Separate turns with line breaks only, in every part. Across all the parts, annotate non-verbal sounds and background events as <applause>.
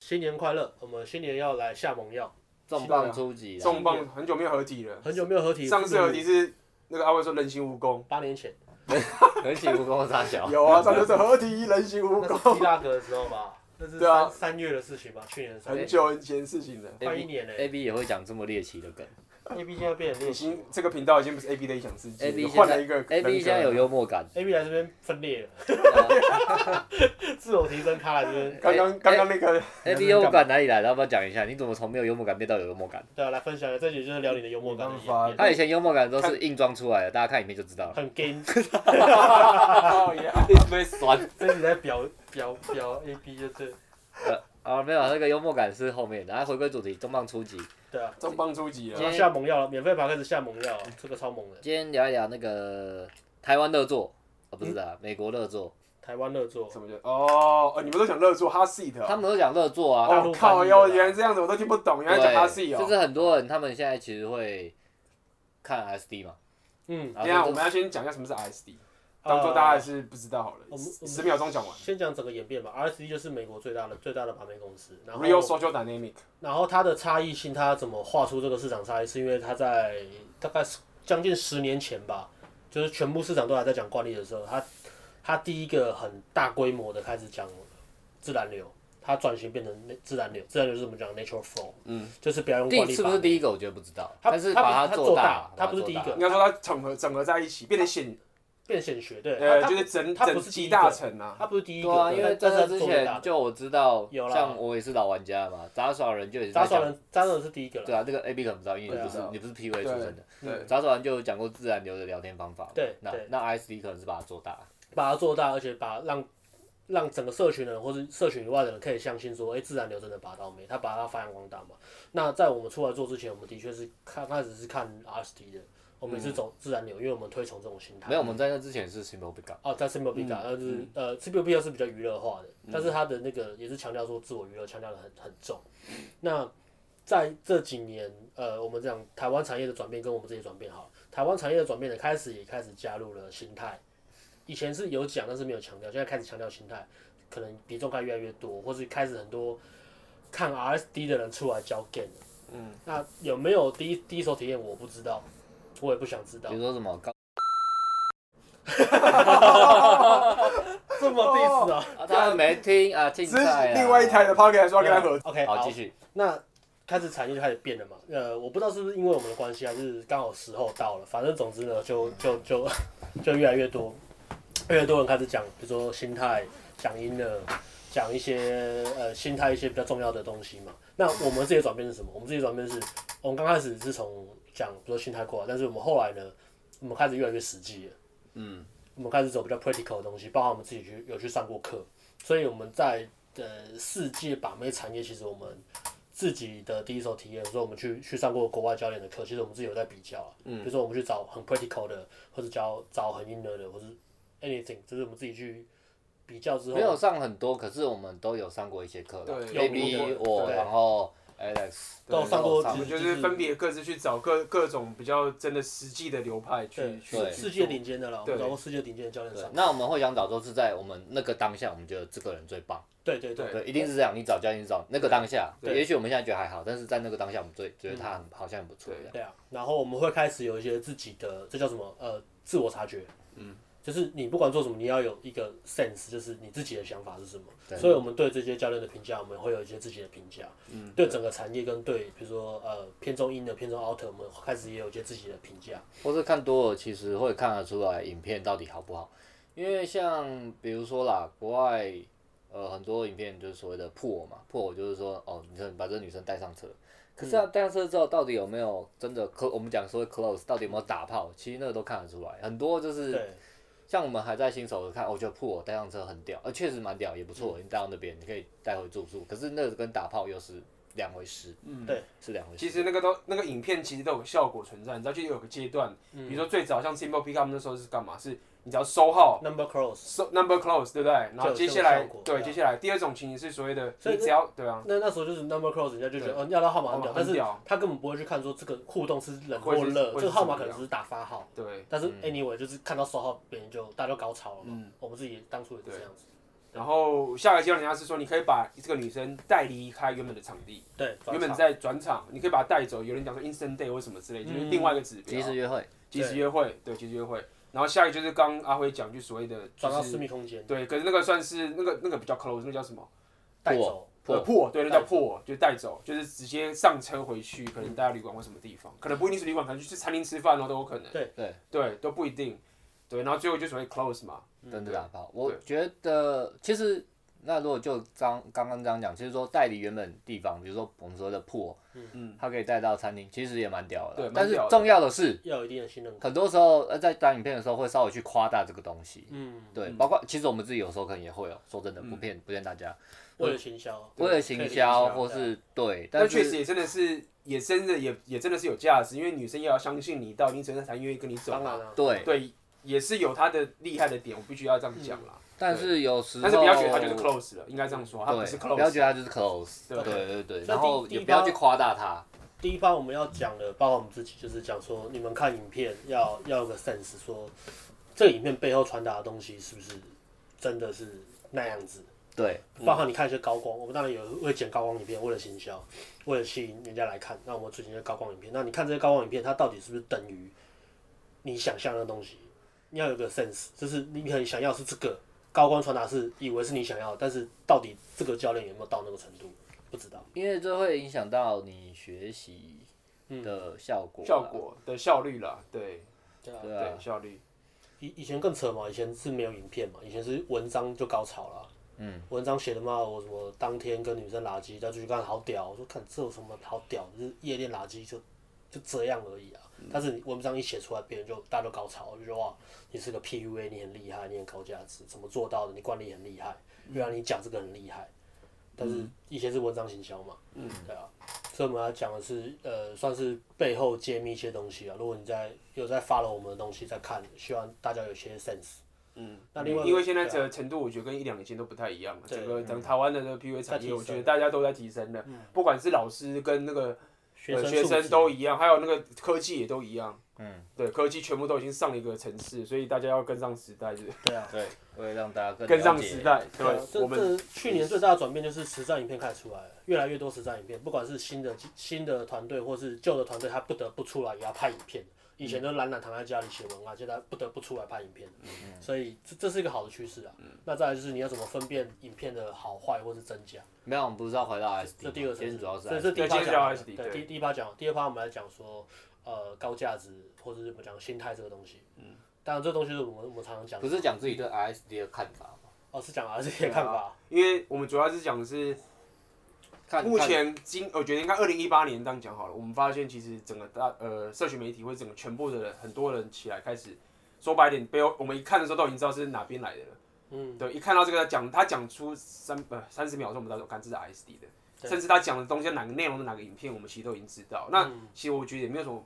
新年快乐！我们新年要来下猛药，
重磅出击啦，
重磅很久没有合体了，
很久没有合体，
上次合体是那个阿伟说人形蜈蚣，
八年
<laughs>
前，
而且不够大小，
有啊，上次是合体人形蜈
那是希
蚣，
拉格的时候吧？那是
对啊
三三月的事情吧？去年
<laughs>
三月
很，久很前的事情了。
快一年嘞。
A B 也会讲这么猎奇的梗
A B 现在变成
已
练
经
习
这个频道已经不是 A B 的影响世
，A B
界，
现
换
在
了一个
A B 现在有
用。
幽默感，
，A B 来这边分裂了，
啊
<laughs>
自我提升，他来这边，
刚刚刚刚哎那 <laughs> 个
A B 幽默感哪里来的？要不要讲一下？你怎么从没有幽默感变到有幽默感？
对啊，来分享一下，这集就是聊你的幽默感的
没办
演
法
他
变，
以前幽默感都是硬装出来的，大家看影片就知道了。
很 gay，
哦耶，
被酸
这集在表表表 A B 就是，
啊，没有那个幽默感是后面的，然后回归主题，重磅出击。
对啊，
重磅出击
然
了，
后下猛药了，免费牌开始下猛药，这个超猛的，
今天聊一聊那个台湾乐作，哦不是的，
嗯
美国乐
哦
作，
台湾乐作，
什么叫哦哦？你们都讲乐助哈 seat，
他们都讲乐作啊，
大
哦
陆翻译
靠
的
哟，
啦
原来这样子我都听不懂，原来讲哈 seat
对，就
哦。
是很多人他们现在其实会看 S D 嘛，
嗯，
然
等一下
后
我
就
们要先讲一下什么是 RSD，当做大家还
呃
是不知道好
我
了，
们我
十
们
十秒钟讲完。
先讲整个演变吧，RSD 就是美国最大的最大的把妹公司，然后
Real social dynamic，
然后它的差异性，它怎么画出这个市场差异，是因为它在大概是将近十年前吧，就是全部市场都还在讲惯例的时候，它它第一个很大规模的开始讲自然流，它转型变成自然流，自然流是怎么讲？natural flow，嗯，就是不要用
第
惯例
是
法
不
则
是第一个我觉得不知道，
他
但是
他不他
把做
做
大
大，
把它
他不是
做
第一
大
个
应该说它整合整合在一起，变成显
变显学，对，
呃
它
就是整
它不
整
是第
集
一个
大成啊。
它不是第一个，
对啊，因为
但
真
但
的
是它
之
做最大
前
的
就我知道
有，啦
像我也是老玩家嘛，杂耍人就也是
扎
在
手
讲，
人扎手人是第一个
对
了，
啊，这个 A B 可能不知道，因为你
对啊
不是你不是 P V 出
对
身的，
对，
杂耍人就有讲过自然流的聊天方法，
对
那
对
那 I S D 可能是把它做大，
把它做大，而且把让让整个社群的人或是社群以外的人可以相信说，哎、自然流真的拔到没，他把它发扬光大嘛。那在我们出来做之前，我们的确是看开始是看 RSD 的，我们也是走自然流，因为我们推崇这种心态。
没有，我们在那之前是 Simple Big，
哦，在 Simple b i g 但是、呃 Simple b i g 是比较娱乐化的，但是它的那个也是强调说自我娱乐，强调的很很重。那在这几年，呃，我们讲台湾产业的转变跟我们自己转变好了，台湾产业的转变呢，开始也开始加入了心态。以前是有讲，但是没有强调，现在开始强调心态，可能比重开始越来越多，或是开始很多看 RSD 的人出来教 game 了。嗯，那有没有第一第一手体验我不知道，我也不想知道
比。如说什么高，
<laughs> 这么 diss 啊、
啊他们没听啊，听
只是另外一台的 Pocket 说要跟他合作，
OK，
好继续，
那开始产业就开始变了嘛。呃，我不知道是不是因为我们的关系，还是刚好时候到了。反正总之呢，就
嗯
就就 <laughs> 就越来越多，越来越多人开始讲，比如说心态、讲音乐、讲一些呃心态一些比较重要的东西嘛。那我们自己的转变是什么？我们自己的转变是，我们刚开始是从讲比如说心态啊过来，但是我们后来呢，我们开始越来越实际了。
嗯，
我们开始走比较 practical 的东西，包含我们自己去有去上过课，所以我们在呃世界把妹产业，其实我们自己的第一手体验，所以我们去去上过国外教练的课，其实我们自己有在比较、啊，嗯，比如说我们去找很 practical 的，或者找找很 inner 的，或是 anything，就是我们自己去比较之后，
没有上很多，可是我们都有上过一些课啦
对
，A B
有
我，
对
然后 Alex
都有上过
我们就是分别各自去找各各种比较真的实际的流派去
对
去
对
世界顶尖的了，我
对
们找过世界顶尖的教练
对
上，，
那我们会想找都是在我们那个当下，我们觉得这个人最棒。
对对对，
对，一定是这样。你找教练找那个当下，
对
也许我们现在觉得还好，但是在那个当下，我们最觉得他很好像很不错。
对
这样
对啊，然后我们会开始有一些自己的，这叫什么？呃，自我察觉。嗯，就是你不管做什么，你要有一个 sense，就是你自己的想法是什么。所以我们对这些教练的评价，我们会有一些自己的评价。嗯，对整个产业跟对，比如说呃偏重音的、偏重 out，我们开始也有一些自己的评价。
或是看多了，其实会看得出来影片到底好不好。因为像比如说啦，国外呃很多影片就是所谓的破我嘛，破我就是说哦，你看把这个女生带上车，可
嗯
是啊带上车之后到底有没有真的 cl 我们讲所谓 close 到底有没有打炮，其实那个都看得出来。很多就是
对
像我们还在新手的看，我觉得破我带上车很屌，呃，确实蛮屌，也不
嗯
错。你带到那边，你可以带回住宿。可是那个跟打炮又是两回事，
对，
是两回事。
嗯其实那个都那个影片其实都有效果存在，你知道就有个阶段，
嗯
比如说最早像 Simple P 他们那时候是干嘛？是你只要收号
number cross。
收 number close 对不对？然
就
后
有
接
这
下
种
来
效果
对
对啊
接下来第二种情形是所谓的
所以
你只要对啊，
那那时候就是 number cross，人家就觉得哦，要到号码很屌，
哦
但
很
是
屌
他根本不会去看说这个互动是冷或
会是
热，这
会是
个号码可
怎么
能
样
只是打发号。
对嗯
但是 anyway 就是看到收号，别人就大家就高潮了嘛。我们自己当初也是这样子。
然后下个阶段人家是说，你可以把这个女生带离开原本的场地，
对，
原本在转场，你可以把她带走。有人讲说 instant day 或什么之类，就是另外一个指标。
及时约会，
即时约会，对，即时约会。然后下一个就是刚阿辉讲，就所谓的
转到
就是
私密空间
对，可是那个算是那个那个比较 close，那叫什么？
带走，嗯
破
呃破，对，那叫
带
破，就带走，就是直接上车回去，可能待在旅馆或什么地方，可能不一定是旅馆，可能去餐厅吃饭哦，都有可能。
对
对
对，都不一定。对，然后最后就所谓 close 嘛，
等着打炮。我觉得其实那如果就刚刚刚刚讲，其实说带离原本地方，比如说我们说的铺，
嗯，
它可以带到餐厅，其实也蛮屌的
对
啦
蛮。
但是
屌的
重要的是，
要有一定的信任感。
很多时候呃在打影片的时候会稍微去夸大这个东西。
嗯，
对，包括其实我们自己有时候可能也会哦，说真
嗯
的，不骗不骗大家，
为了行销，
为了
可
行
以理解
销
啊
或
对啊
是对，
但
但
确实
是
也真的是，也真的也也真的是有价值，因为女生也要相信你到一定程度才愿意跟你走
当然
嘛。
了，
对，
对，也是有她的厉害的点，我必须要这样讲啦。
但是有时候
但是不要觉得她就是 close 了，应该这样说，她不
嗯哦对
是，
不要
close。
觉得它就是 close，
对
对对对，
所以
然后
第
也
第一
不要
趴
去夸大它，
第一趴我们要讲的，包括我们自己，就是讲说你们看影片要要有个 sense，说这个影片背后传达的东西是不是真的是那样子。
对
包括你看一些高光，我们当然有会剪高光影片，为了行销，为了吸引人家来看，那我们出现一些高光影片。那你看这些高光影片，它到底是不是等于你想象的东西？你要有个 sense，就是你可能想要是这个高光传达是以为是你想要的，但是到底这个教练有没有到那个程度，不知道。
因为这会影响到你学习的效果啦，
嗯效果的效率啦，对
对
对啊，
效率，
以以前更扯嘛，以前是没有影片嘛，以前是文章就高潮了。嗯，文章写的嘛，我什么当天跟女生垃圾，再出去看好屌，我说看这有什么好屌，就是夜店垃圾就就这样而已啊。
嗯
但是你文章一写出来，别人就大家都高潮，就说哇，你是个 PUA，你很厉害，你很高价值，怎么做到的？你管理很厉害，原来你讲这个很厉害。但是
嗯
以前是文章行销嘛，嗯，对啊，所以我们要讲的是，呃，算是背后揭秘一些东西啊。如果你在有在 follow 我们的东西在看，希望大家有些 sense。
嗯，
那另外
因为现在
对啊
这个程度，我觉得跟一两年前都不太一样了。
对
整个整个台湾的这个 PUA 产
在提
业，
升嗯
我觉得大家都在提升了，不管是老师跟那个
学
呃
生
学
素
生
质
都一样，还有那个科技也都一样。嗯，对，科技全部都已经上了一个层次，所以大家要跟上时代，就是
对啊，
对，为了让大家更
跟
了
上
解
时代。
对啊，
对，
这
我们嗯
这去年最大的转变就是实战影片开始出来了，越来越多实战影片，不管是新的新的团队或是旧的团队，他不得不出来也要拍影片。以前都懒懒躺在家里写文啊案，现在不得不出来拍影片，所以这这是一个好的趋势啊。那再来就是你要怎么分辨影片的好坏或是真假，
没有，我们不是要回到 SD，
这第二层
今天主要是
这这
SD
第一趴
对今天主
讲
要
的，
是 SD
对
对
第第一趴讲，第二趴我们来讲说呃高价值或者是怎么讲心态这个东西。嗯，当然这东西是我们我们常常讲的，
不是讲自己对 SD 的看法吗？
哦是讲儿子的看
对
法，
因为我们主要是讲的是
看
目
看
前今，我觉得应该二零一八年这样讲好了。我们发现其实整个大呃社群媒体或者整个全部的人很多人起来开始说白一点，被我我们一看的时候都已经知道是哪边来的了。嗯，对，一看到这个讲他讲出三呃三十秒钟，我们大家都感知是 SD 的，甚至他讲的东西哪个内容哪个影片，我们其实都已经知道。那
嗯
其实我觉得也没有什么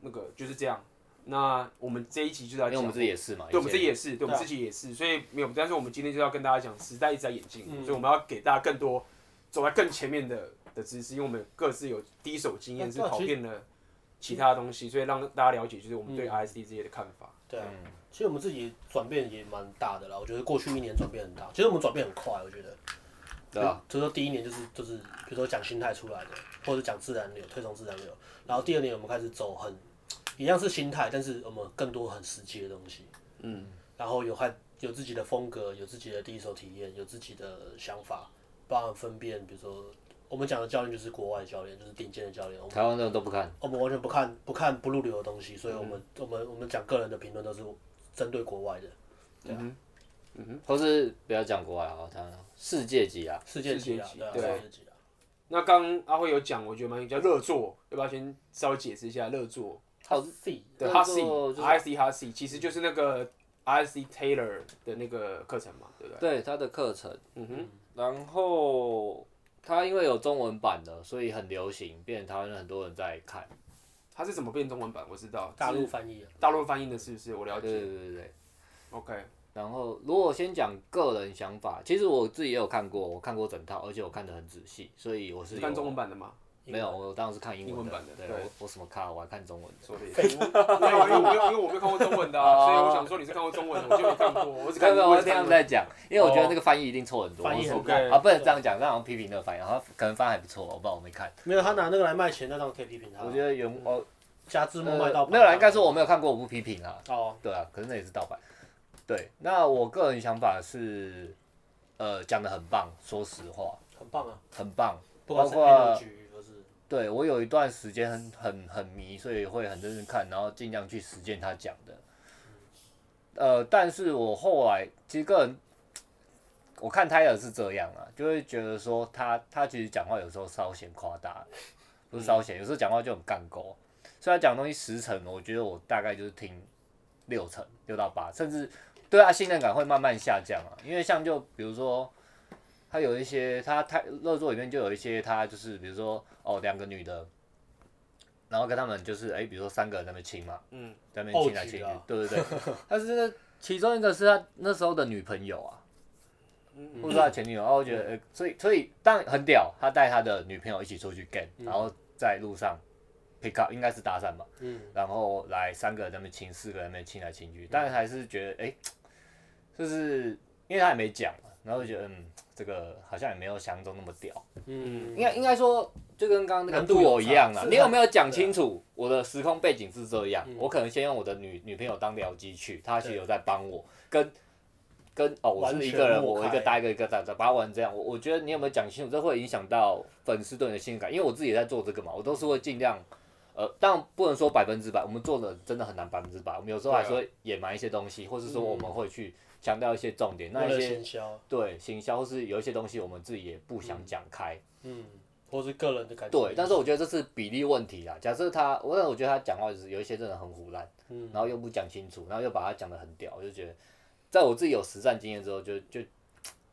那个就是这样。那我们这一集就
因
来
为我
讲
们自己也是嘛，
对我们自己
也
也是，对我
啊
们自己也是，所以没有。但是我们今天就要跟大家讲，时代一直在演进，
嗯
所以我们要给大家更多走在更前面的的知识，因为我们各自有第一手经验，
那
是
那
跑
其
遍了其他东西，所以让大家了解就是我
嗯
们对 ISD 这些的看法。
对啊，
嗯
其实我们自己转变也蛮大的啦。我觉得过去一年转变很大，其实我们转变很快，我觉得。
对啊，
就说第一年就是就是，比如说讲心态出来的，或者讲自然流，推崇自然流。然后第二年我们开始走很，一样是心态，但是我们更多很实际的东西。嗯。然后有还有自己的风格，有自己的第一手体验，有自己的想法，包含分辨，比如说我们讲的教练就是国外教练，就是顶尖的教练，
台湾人都不看，
哦我们完全不看不看不入流的东西，所以我们、
嗯
我们我们讲个人的评论都是针对国外的
嗯
或是不要讲国外啊，台湾世界级啊，
世界级啊
世界级，
对啊，
对
世界级啊，
那刚阿辉有讲，我觉得蛮叫热做，要不要先稍微解释一下热做？
好 C
对，
热
哈 C
作就是
ISD 哈 C 其实就是那个 ISD Taylor 的那个课程嘛，对不对？
对他的课程，
嗯哼，
然后他因为有中文版的，所以很流行，变成台湾人很多人在看，
它是怎么变中文版？我知道，
大
是
陆翻译啊，
大陆翻译的，是不是？我了
对
解。
对对对。
OK，
然后，如果先讲个人想法，其实我自己也有看过，我看过整套，而且我看得很仔细，所以我是
是看中
有
文版的吗？
没有，我当然是看英
英
文
文版的
对
对
我我什么啊咖，我还看中文的。
说的也是，没有，因为我没有，因为我没有看过中文的、啊，所以我想说你是看过中文的，哦我就没看过，我只
没
看
有
哦
没有，
过
我听他们在讲，因为我觉得那个翻译一定错很多。
翻译
我
很
说
烂
啊，不能这样讲，这样好像批评那个翻译，好像可能翻译还不错，我不知道我没看。
没有他拿那个来卖钱，那当然可以批评他。
我觉得原哦，
加字幕
呃
卖到
没有啦，应该是我没有看过，我不批评啦。
哦，
对啊，可是那也是盗版。对，那我个人想法是，呃，讲的很棒，说实话，
很棒啊，
很棒。
不管是
包括
A 局或是
对我有一段时间很很很迷，所以会很认真看，然后尽量去实践他讲的。呃，但是我后来其实个人，我看泰尔是这样啊，就会觉得说他他其实讲话有时候稍显夸大，不是稍
嗯
显，有时候讲话就很干勾。虽然讲东西十成，我觉得我大概就是听六成六到八，甚至对他信任感会慢慢下降啊。因为像就比如说，他有一些他他热作里面就有一些他就是比如说哦两个女的，然后跟他们就是哎、比如说三个人在那边亲嘛，
嗯，
在那边亲来
哦
亲
举
去
啊，
对对对。但是那其中一个是他那时候的女朋友啊，
嗯
或者他前女友，然后我觉得、哎所以所以但很屌，他带他的女朋友一起出去 game，、然后在路上 pick up 应该是搭讪吧。
嗯，
然后来三个人在那边亲，四个人在那边亲来亲去，但还是觉得哎、诶就是因为他也没讲嘛，然后就觉得嗯，这个好像也没有想象中那么屌。
嗯，
应该应该说，就跟刚刚那个
难度
布
有
偶一样
差
啦
是，
你有没有
对啊
讲清楚我的时空背景是这样？我可能先用我的女女朋友当僚机去，她其实有在帮我，跟跟哦，我
完
是
全
一个人，
抹
我一
开
个搭一个一个搭，把它玩这样。我我觉得你有没有讲清楚，这会影响到粉丝对你的信任感，因为我自己也在做这个嘛，我都是会尽量。呃，当然不能说百分之百，我们做的真的很难百分之百。我们有时候还是
对
会掩埋一些东西，或是说我们会去强调一些重点，那
为
一
了
些
行销，
对行销，或是有一些东西我们自己也不想讲开。
嗯，或是个人的感觉，
对，但是我觉得这是比例问题啊啦。假设他，我但我觉得他讲话就是有一些真的很胡乱，
嗯
然后又不讲清楚，然后又把他讲的很屌，我就觉得，在我自己有实战经验之后就，就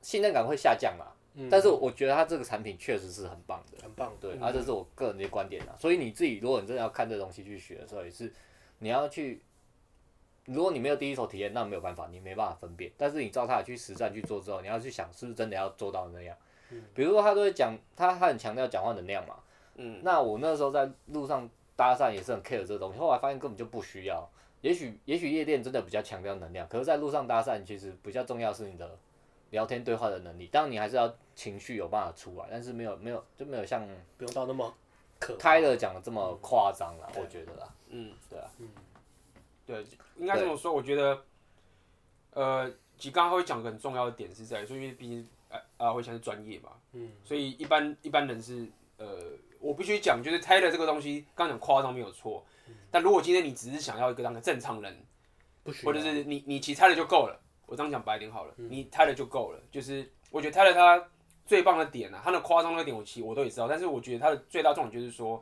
信任感会下降啦。
嗯
但是我觉得他这个产品确实是很棒的，
很棒，嗯
对，啊，这是我个人的观点啦。所以你自己，如果你真的要看这东西去学的时候，也是你要去，如果你没有第一手体验，那没有办法，你没办法分辨。但是你照他的去实战去做之后，你要去想是不是真的要做到那样。比如说他都会讲，他他很强调讲话能量嘛。
嗯，
那我那时候在路上搭讪也是很 care 这个东西，后来发现根本就不需要。也许也许夜店真的比较强调能量，可是在路上搭讪其实比较重要是你的聊天对话的能力。当然你还是要情绪有办法出来，但是没有没有就没有像
不用到那么可怕
开了讲的这么夸张啦，我觉得啦，
嗯，
对啊，
对，应该这么说，我觉得，呃，其实刚刚会讲个很重要的点是在于说，因为毕竟啊啊，会想是专业嘛，嗯，所以一般一般人是呃，我必须讲，就是 Taylor 这个东西，刚刚讲夸张没有错，但如果今天你只是想要一个当个正常人，
不需要嗯
或者是你你其他的就够了。我这样讲白点好了，你泰勒就够了。就是我觉得泰勒他最棒的点啊，他的夸张那个点，我其实我都也知道，但是我觉得他的最大重点就是说，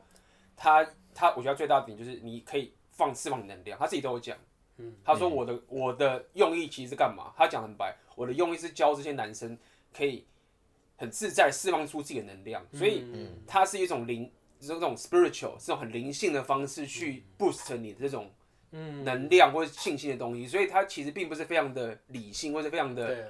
他他我觉得他最大的点就是你可以放释放你能量，他自己都有讲。嗯，他说我的我的用意其实是干嘛？他讲得很白，我的用意是教这些男生可以很自在地释放出自己的能量，所以它是一种灵，就是这种 spiritual，是一种很灵性的方式去 boost 你的这种能量或者信心的东西，所以它其实并不是非常的理性或者非常的
对，啊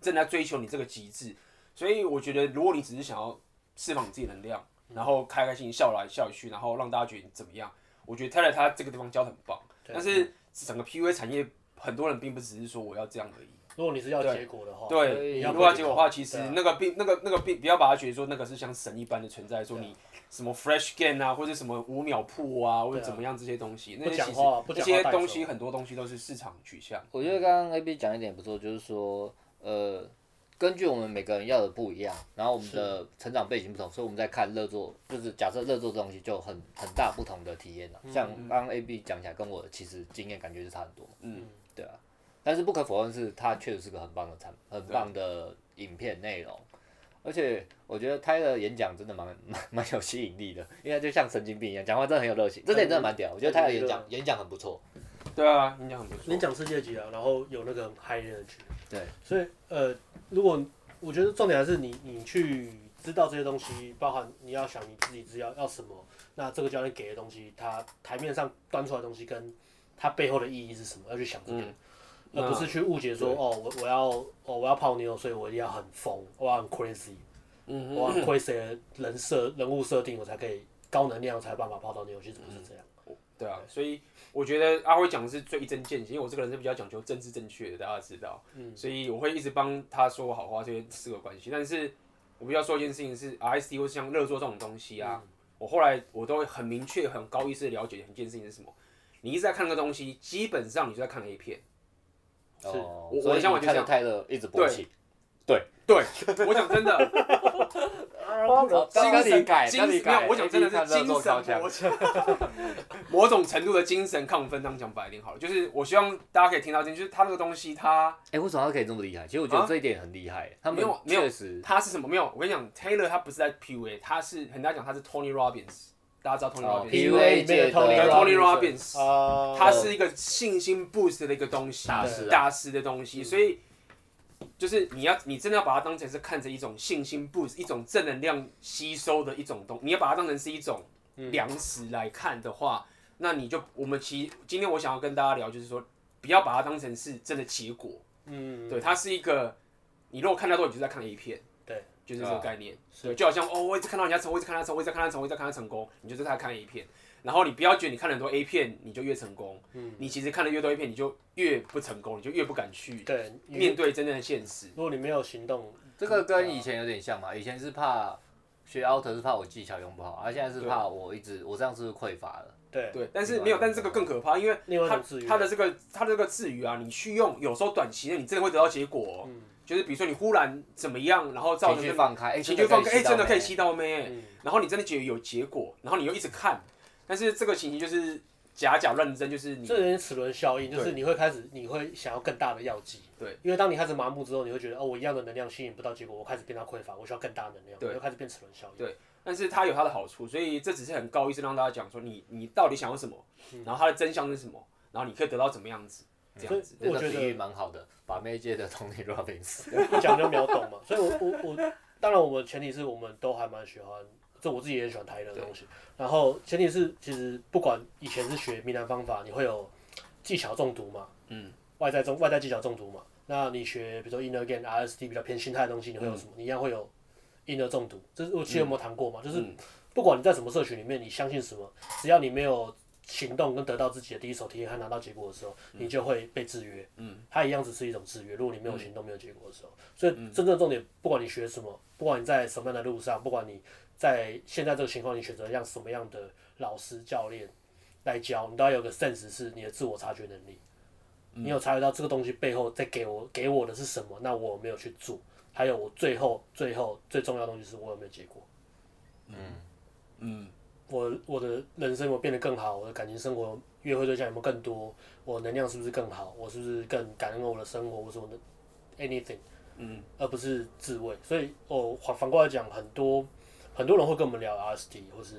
正在追求你这个极致。所以我觉得，如果你只是想要释放你自己能量，然后开开心心笑来笑去，然后让大家觉得你怎么样，我觉得 Taylor 他这个地方教的很棒。
啊
但是整个 PUA 产业，很多人并不只是说我要这样而已。
如果你是要结果的话，
所
对，
以
你
哦要
如果要
不
结
就
果的
好
话，其实
对啊
那个并那个那个并不要把它觉得说那个是像神一般的存在，说
啊
你什么 fresh gain 啊，或者什么五秒铺啊，或者怎么样这些东西，那
不
些
讲
其实
话不
那
讲
些
话带
东
走
西很多东西都是市场取向。
我觉得刚刚 A B 讲一点不错，就是说，呃，根据我们每个人要的不一样，然后我们的成长背景不同，所以我们在看热作，就是假设热作这东西就很很大不同的体验了。像刚刚 A B 讲起来，跟我其实经验感觉是差很多嘛。
嗯，
对啊。但是不可否认是，它确实是个很棒的产，很棒的影片内容。而且我觉得泰勒演讲真的蛮蛮蛮有吸引力的，因为他就像神经病一样，讲话真的很有热情，这点真的蛮屌。我觉得泰勒演讲演讲很不错。
对啊，你讲很不错
你。讲世界级啊，然后有那个很 high energy，
对，
所以呃，如果我觉得重点还是你你去知道这些东西，包含你要想你自己知道要什么，那这个教练给的东西，他台面上端出来的东西跟他背后的意义是什么，要去想这个。而不是去误解说哦，我我要哦我要泡妞，所以我一定要很疯，我要很 crazy，
嗯
我很亏谁的人设人物设定，我才可以高能量才有办法泡到妞，其实不是这样。
对啊，所以我觉得阿辉讲的是最一针见血，因为我这个人是比较讲求政治正确的，大家知道，
嗯
所以我会一直帮他说好话，这些四个关系。但是我必须要说一件事情是，RSD 或是像热作这种东西啊，
嗯
我后来我都会很明确、很高意识的了解一件事情是什么。你一直在看那个东西，基本上你就在看 A 片。
哦，
我
所以
我像我
你
就
看
这
的
样
太热，一直勃起。
对，我讲
<laughs>
真的，
刚
精神
你改，
精
刚你
没有
改，，
我讲真的
看
是
热
精
度
神
高强
勃起，某种程度的精神亢奋，这样讲白一点好了。就是我希望大家可以听到，就是他那个东西，他
哎，为什么他可以这么厉害？其实我觉得
啊
这一点很厉害，他
没
们
有没有
确实
他是什么？没有，我跟你讲，Taylor 他不是在 PUA，他是很大讲他是 Tony Robbins，大家知道 Tony
哦
Robbins，、
PUA 里面的 Tony
Tony Robbins
Robbins
哦
啊，
他是一个信心 boost 的一个东西，
大师啊
大师的东西，所以就是你要你真的要把它当成是看着一种信心 boost，一种正能量吸收的一种东，你要把它当成是一种粮食来看的话，那你就我们其今天我想要跟大家聊就是说，不要把它当成是真的结果，
嗯，
对，它是一个，你如果看太多，你就在看 A 片，
对，
就是这个概念，对，就好像哦，我一直看到人家成功，我一直看他成功，我一直看他成功，我一直看他成功，你就是在看 A 片，然后你不要觉得你看了很多 A 片你就越成功，嗯，你其实看了越多 A 片你就越不成功，你就越不敢去
对，因为
面对真正的现实，
如果你没有行动，
这个跟以前有点像嘛，以前是怕学 out 是怕我技巧用不好，啊而、现在是怕我一直我这样是不是匮乏了？
对，
对，但是没有，但是这个更可怕，因为
另外一
它
种治愈
它的这个它的这个治愈啊，你去用，有时候短期内你真的会得到结果、哦，就是比如说你忽然怎么样，然后造
情
成
绪
这个
放开，哎、
情绪放开，哎、真的可以
吸
吸到嗯妹、然后你真的觉得有结果，然后你又一直看，但是这个情形就是假假认真，就是你
这有点齿轮效应，就是你会开始，你会想要更大的药剂。
对，
因为当你开始麻木之后，你会觉得哦，我一样的能量吸引不到结果，我开始变到匮乏，我需要更大的能量，
对
我就开始变齿轮效应。
但是它有它的好处，所以这只是很高意识让大家讲说你你到底想要什么，然后它的真相是什么，然后你可以得到怎么样子，这样子。
所以我
这个
觉
比喻
得
蛮好的，把妹界的 <laughs> Tony Robbins，
一讲就秒懂嘛，所以我我我，当然我们前提是我们都还蛮喜欢，这我自己也喜欢台的东西。然后前提是其实不管以前是学闽南方法，你会有技巧中毒嘛，嗯，外在中外在技巧中毒嘛。那你学比如说 inner game、RSD 比较偏心态的东西，你会有什么？你一样会有 inner 中毒。这是我记得有没有谈过嘛？就是不管你在什么社群里面，你相信什么，只要你没有行动跟得到自己的第一手体验和拿到结果的时候，你就会被制约。嗯，它一样只是一种制约。如果你没有行动、没有结果的时候，所以真正的重点，不管你学什么，不管你在什么样的路上，不管你在现在这个情况，你选择让什么样的老师、教练来教，你都要有个 sense 是你的自我察觉能力。你有察觉到这个东西背后在给我给我的是什么？那我有没有去做？还有我最后最后最重要的东西是我有没有结果？
嗯，
我我的人生有没有变得更好，我的感情生活、约会对象有没有更多，我能量是不是更好，我是不是更感恩我的生活，我什么的 anything，嗯，而不是自慰。所以哦，反反过来讲，很多很多人会跟我们聊 RSD，或是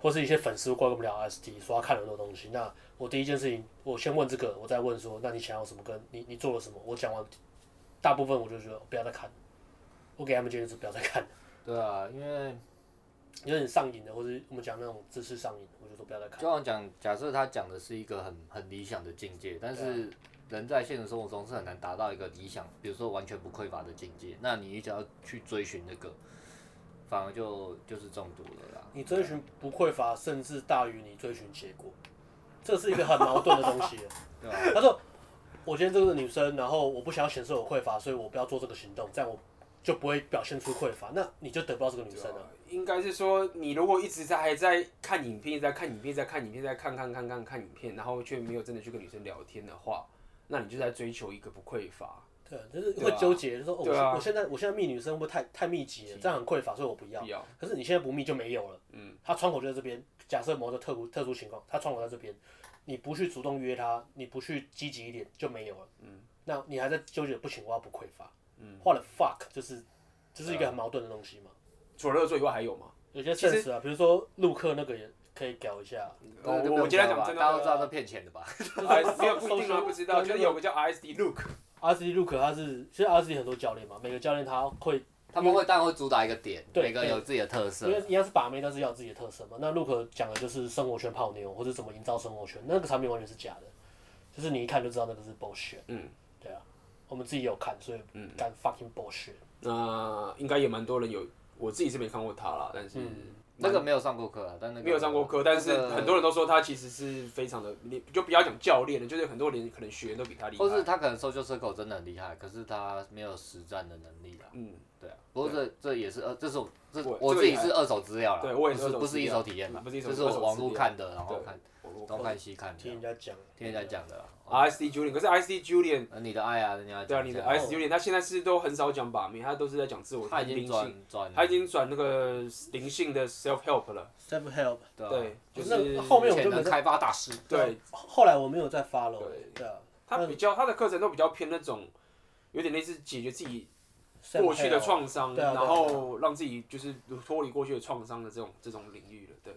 或是一些粉丝会过来跟我们聊 RSD，说他看了很多东西。那我第一件事情，我先问这个，我再问说，那你想要什么跟你你做了什么？我讲完，大部分我就觉得不要再看，我给他们建议是不要再看。
对啊，因为
有点上瘾的，或者我们讲那种姿势上瘾，我就说不要再看。
就像讲，假设他讲的是一个很很理想的境界，但
啊
是人在现实生活中是很难达到一个理想，比如说完全不匮乏的境界，那你只要去追寻那个，反而就就是中毒了啦。
你
哦
追寻不匮乏，甚至大于你追寻结果，这是一个很矛盾的东西。
<laughs> 对啊
他说：“我今天这个女生，然后我不想要显示我匮乏，所以我不要做这个行动，这样我就不会表现出匮乏，那你就得不到这个女
啊
生啊了。
啊应该是说你如果一直在还在看影片，一直在看影片，一直在看影片，一直在看看看看看影片，然后却没有真的去跟女生聊天的话，那你就在追求一个不匮乏。
对，就是
对
会
啊
纠结，就说、哦、我
对啊
我现在我现在密女生会不会太太密集了，这样很匮乏，所以我不要。
必要
可是你现在不密就没有了。嗯，他窗口就在这边。假设某个特殊特殊情况，他窗口在这边，你不去主动约他，你不去积极一点就没有了。嗯，那你还在纠结不行，我要不匮乏。嗯，或者 fuck 就是就是一个很矛盾的东西嘛。
除了热作以外还有吗？
有些现实啊，比如说陆克那个也可以搞一下。
我我我今天讲真
大家都知
的，
道这骗钱的吧？
哎 <laughs> 没有不一定啊，不知道，
对
就是有个叫 RSD Look。
R C 陆克他是，其实 R C 很多教练嘛，每个教练他会
他们会当然会主打一个点，
对
每个人有自己的特色
因。为一样是把妹，但是要有自己的特色嘛。那 l u 讲的就是生活圈泡妞，或者怎么营造生活圈，那个产品完全是假的，就是你一看就知道那个是 bullshit。
嗯，
对啊，我们自己有看，所以敢 fucking bullshit。
那应该也蛮多人有我自己是没看过他啦，但是
那个没有上过课啊，但那个
没有上过课，但是
那个
很多人都说他其实是非常的，你就不要讲教练了，就是很多人可能学员都比他厉害
或。是他可能 social circle 真的很厉害，可是他没有实战的能力啦。
嗯，
对啊，不过这这也是二，这是我这
我
我
这
自
个
己
也
是二手资料啦，
对我也
不是
是二手
不是
资
一
料
手体验啦，
不是一手
这是
二
我
手资
网络
料
看的，然后
对
看
我
东看西看的，
听人家讲，
听人家讲的啦。啊
R S D Julian，可是 R S D Julian，
呃你的爱啊，人家
对啊，
讲一
你
下
的 R S D Julian，他现在是都很少讲把妹，他都是在讲自我
他已经
灵
转嗯
性，
转，
他已经转那个灵性的 self help 了。
self help，
对啊
对，就是
那后面我
潜
就没
能
在，
开发大师，
对
后来我没有再 follow，
对
对啊，
他比较他的课程都比较偏那种，有点类似解决自己
self
过去的
help
创伤，
对啊对啊
然后让自己就是脱离过去的创伤的这种这种领域了。对，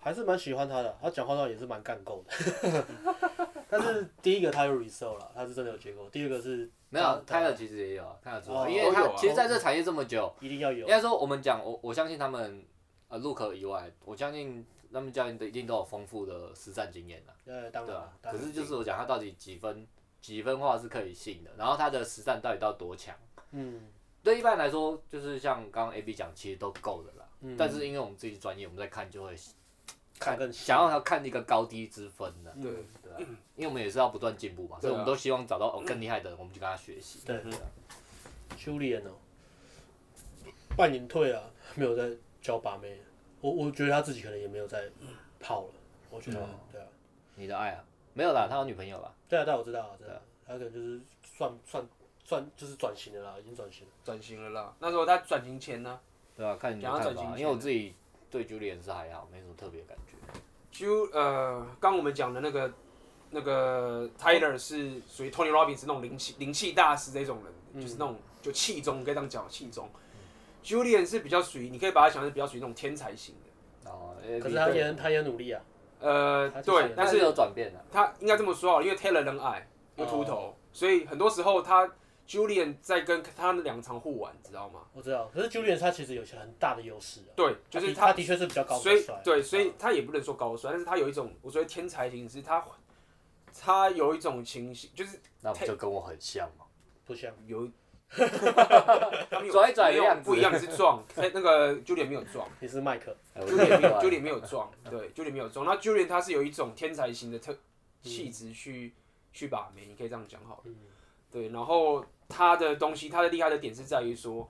还是蛮喜欢他的，他讲话倒也是蛮干够的。 <laughs> 但是第一个他有 result 了，他是真的有结果。第二个是
没有，
他
泰勒其实也有啊，看得出来，
哦
因为
都
他
有啊
其实在这产业这么久，
一定要
应
有，
该说我们讲，我我相信他们呃 Look 以外，我相信他们教练都一定都有丰富的实战经验的，
呃，当
对
然
啊
了，。当
可
然
是就是我讲他到底几分几分化是可以信的，然后他的实战到底到多强？
嗯，
对一般来说，就是像刚刚 A B 讲，其实都够了啦。
嗯
但是因为我们自己专业，我们在看就会
看更细
想要他看一个高低之分的，
对
对啊，因为我们也是要不断进步嘛，所
对
以
啊
我们都希望找到哦更厉害的人，我们去跟他学习。
对
啊
Julian 哦，半年退啊，没有在教把妹。我我觉得他自己可能也没有在泡了，我觉得
嗯
对啊，
你的爱啊，没有啦，他有女朋友啦，
对啊，但我知道啊，知道，他可能就是算算算就是转型了啦，已经转型了。
转型了啦。那时候他转型前呢
对啊，看你的
讲到
看
转
法，
型
因为我自己对 Julian 是还好，没什么特别的感觉。
就呃，刚我们讲的那个那个 Tyler 是属于 Tony Robbins 那种灵气灵气大师这种人，
嗯
就是那种就气宗，可以这样讲气宗。Julian 是比较属于，你可以把他想成比较属于那种天才型的。
然后
可是他也他也努力啊，
呃
他，是
对
谁，啊
但
但
是
是有转变的，
他应该这么说啊，因为 Taylor 人矮又秃头
哦
所以很多时候他 Julian 在跟他们两场互玩，你知道吗？
我知道。可是 Julian 他其实有些很大的优势啊，
对，就是
他的他的确是比较高
所以
帅，啊嗯
对，所以他也不能说高帅，但是他有一种我所谓天才型是他，他有一种情形，就是
那不就跟我很像吗？
不像。
<laughs>
有，他们有
拽拽的
没有
样子
不一样，是
<laughs>
撞，哎那个 Julian 没有撞。
你是麦克，
哎我
Julian 没有 <laughs>
就
Julian 没有撞，
嗯
对，Julian 没有撞。那 Julian 他是有一种天才型的特气质去、去把妹，你可以这样讲好了。
嗯
对，然后他的东西，他的厉害的点是在于说，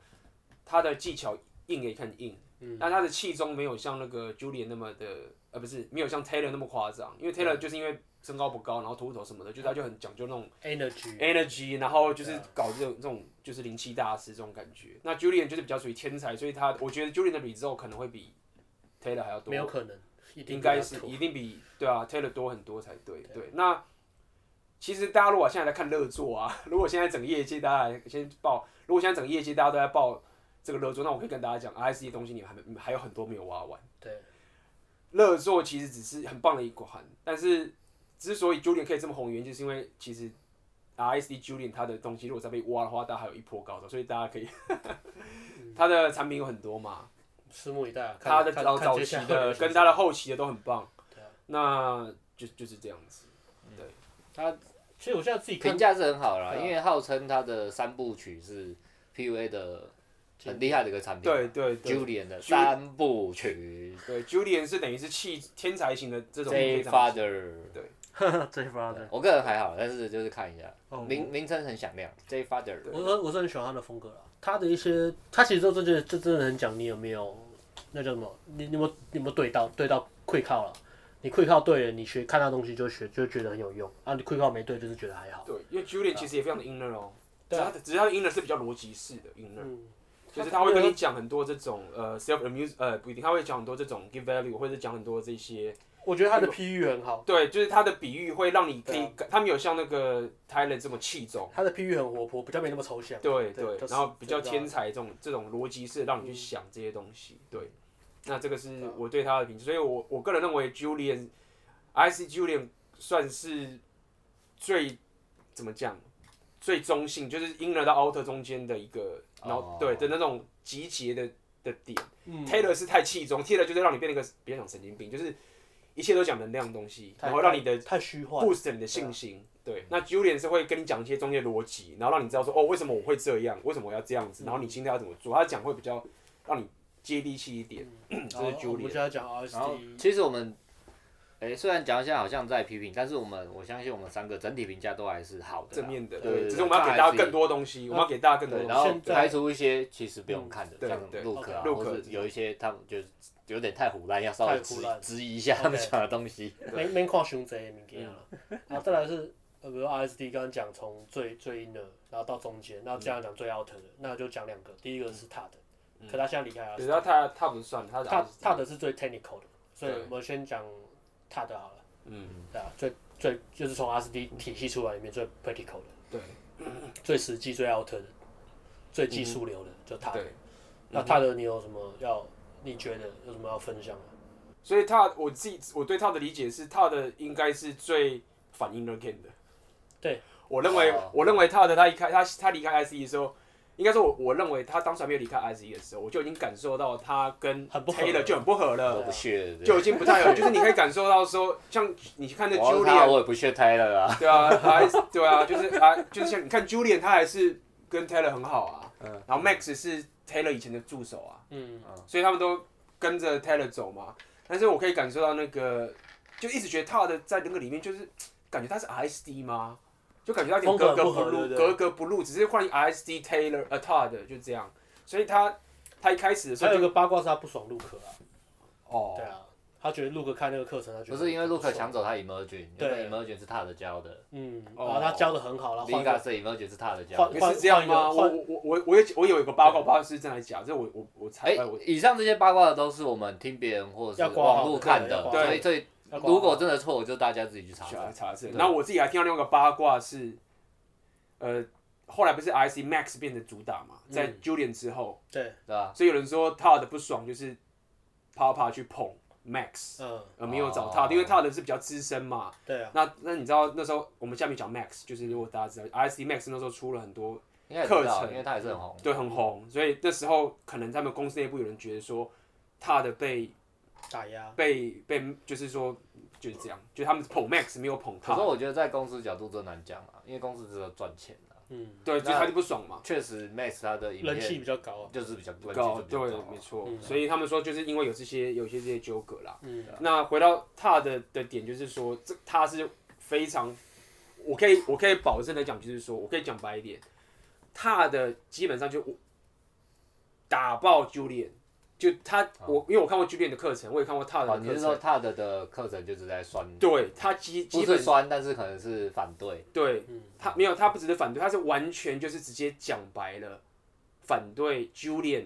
他的技巧硬也很硬，
嗯
但他的气中没有像那个 Julian 那么的，呃，不是没有像 Taylor 那么夸张，因为
嗯
Taylor 就是因为身高不高，然后秃头什么的，就是他就很讲究那种
energy，
energy，然后就是搞这种这种就是灵气大师这种感觉。那 Julian 就是比较属于天才，所以他我觉得 Julian 的 result 可能会比 Taylor 还要多
没，有可能，一定啊
应该
比
是
他
一定比对啊 Taylor 多很多才对。对，那其实大家如果现在在看热作啊， <laughs> 如果现在整个业界大家先报，如果现在整个业界大家都在报这个热作，那我可以跟大家讲，RSE 的东西你们还没还有很多没有挖完。
对，
热作其实只是很棒的一款，但是之所以 Julian 可以这么红，原因就是因为其实 RSD Julian 它的东西如果再被挖的话，大家还有一波高潮，所以大家可以 <laughs> 它的产品有很多嘛，
拭目以待啊。看
它的
看
早
看
早
接
期
下来会有
的
什
跟
么
它的后期的都很棒
对啊，
那就就是这样子。
其实我现在自己看
评价是很好啦，
对啊
因为号称他的三部曲是 PUA 的很厉害的一个产品。
对对对
Julian 的三部曲
对，Julian 是等于是气天才型的这种非
J
常
Father。
这一方的，
我个人还好，但是就是看一下
哦，
名名称很响亮，J Father。
我我我是很喜欢他的风格啦。他的一些，他其实都真的这真的很讲你有没有那叫什么，你你有没有你有没有对到对到溃靠了。你溃靠对了，你学看到东西就学就觉得很有用啊！你溃靠没对，就是觉得还好。
对，因为 Julian 其实也非常的 inner 哦，只
对
是
啊
他的只是他的 inner 是比较逻辑式的 inner。
嗯，
就是他会跟你讲很多这种呃 self amuse 呃不一定，他会讲很多这种 give value 或者讲很多这些，
我觉得他的譬喻很好，
对，就是他的比喻会让你可以
对，啊
他没有像那个 Tyler 这么气重，
他的譬喻很活泼，比较没那么抽象。
对
对
对
就，是
然后比较
这个嗯
天才这种这种逻辑式让你去想这些东西，对，那这个是
啊
我对他的评价，所以我我个人认为 Julian I C Julian 算是最怎么讲最中性，就是 inner 到 outer 中间的一个，然后
哦
对的那种集结的的点。
嗯，
Taylor 是太气中，Taylor 就是让你变成一个别讲神经病，就是一切都讲能量的东西，
太
然后让你的
太太虚幻，
boost 你的信心。对，那 Julian 是会跟你讲一些中间逻辑，然后让你知道说哦，为什么我会这样，为什么我要这样子，然后你心态要怎么做。他讲会比较让你接地气一点。这
好
是
哦我们
Julia。
现在讲
然后
RSD，
其实我们，哎、虽然讲一下好像在批评，但是我们我相信我们三个整体评价都还是好的啦，
正面的，
对，
对，只是我们要给大家更
多，
多东西，我们要给大家更多
对，
东
然
西。
后
现在
排除一些其实不用看的，
对
像
对
陆克啊，
，OK
或
陆
者
克
有一些他们就是有点太胡乱，要稍微
太胡
质
乱
质疑一下他们
OK
讲的东西。
没没看熊贼的物件啊。
嗯
然后再来是呃，比如 RSD 刚刚讲从最最 inner，然后到中间，然后这样讲最 outer 的，那就讲两个，第一个是 TAD，可他现在离开
对，
RSD，
然后他他不嗯是算了，他
他
他
他的是最 technical 的，所以
对
我先讲他的好了，
嗯，
对啊，最最就是从 RSD 体系出来里面最 practical
对
的， <clears throat> 最实际、最 outer 的，最技术流的，就他。
嗯对，嗯
那他的你有什么要？你觉得有什么要分享的？
所以他我自己我对他的理解是，他的应该是最反应 again 的。
对，
我认为
哦
我认为他的他一开他他离开 ICE 的时候，应该说我我认为他当时还没有离开 ICE 的时候，我就已经感受到他跟
很不合
Taylor 就很不合
我
啊
了
不。屑，
就已经不太有，就是你可以感受到说，像你看那
我要是他
Julian，
我也不屑 Taylor 啊。
对啊，还是对啊，就是啊，就是像你看 Julian，他还是跟 Taylor 很好啊，
嗯
然后 Max 是 Taylor 以前的助手啊，
嗯，
所以他们都跟着 Taylor 走嘛。但是我可以感受到那个，就一直觉得 t 的在那个里面，就是感觉他是 RSD 吗？就感觉他有点格格不
风格很不合
入，
对不对
格格不入，只是换 RSD Taylor 呃 t 的就这样。所以他他一开始的时
还
候
有一
就
个八卦是他不爽陆克啊，
哦
对，啊，他觉得陆克开那个课程，他觉
不
得
是因为
很
陆
不
克
爽
抢走他 Emergent，因
对
为 Emergent 是他的教的
嗯，然
哦
后他教的很好，然后换一个
Vega 是 Emergent 是他的教
换
的。
也是这样吗？我
换
我我我我也我有一个八卦，不知道是真的还是假的，这我我我猜
哎、
呃我
以上这些八卦的都是我们听别人或者
要
是
挂号
网络看
对要
的，
挂
号
所以这
要挂号
如果真的错，我就大家自己去查
去查
查。
查证。
对
然后我自己还听到另外一个八卦是，呃，后来不是 IC Max 变成主打嘛，在 Julian 之后，
对，
对吧？
所以有人说 Todd 不爽就是 Papa 去捧 Max，
嗯，
而没有找
哦
Todd，因为 Todd 是比较资深嘛。
对啊，
那那你知道那时候我们下面讲 Max，就是如果大家知道 IC Max 那时候出了很多
应该也知
课
道，
程
因为他也是很红。
对很红，所以那时候可能他们公司内部有人觉得说 Todd 被
打压，
被被就是说就是这样，就是他们捧 Max 没有捧
可是
Todd，
我觉得在公司角度真难讲啊，因为公司只有赚钱啊。
嗯，
对，所以他就不爽嘛。
确实，Max 他的影
人气
片
比较高啊，
就是比较关
高，
注度比较
对
高，
没错。
嗯
所以他们说，就是因为有这些有一些这些纠葛啦。
嗯，
那回到他的的点，就是说，这他是非常，我可以我可以保证的讲，就是说我可以讲白一点，他的基本上就我打爆 Julian，就他、我因为我看过 Julian 的课程，我也看过他
哦，
的
你
课
是说
程，
他的的课程就是在酸，
对他基
不
基
是
本
酸，但是可能是反对。
对
嗯
他没有，他不只是反对，他是完全就是直接讲白了反对 Julian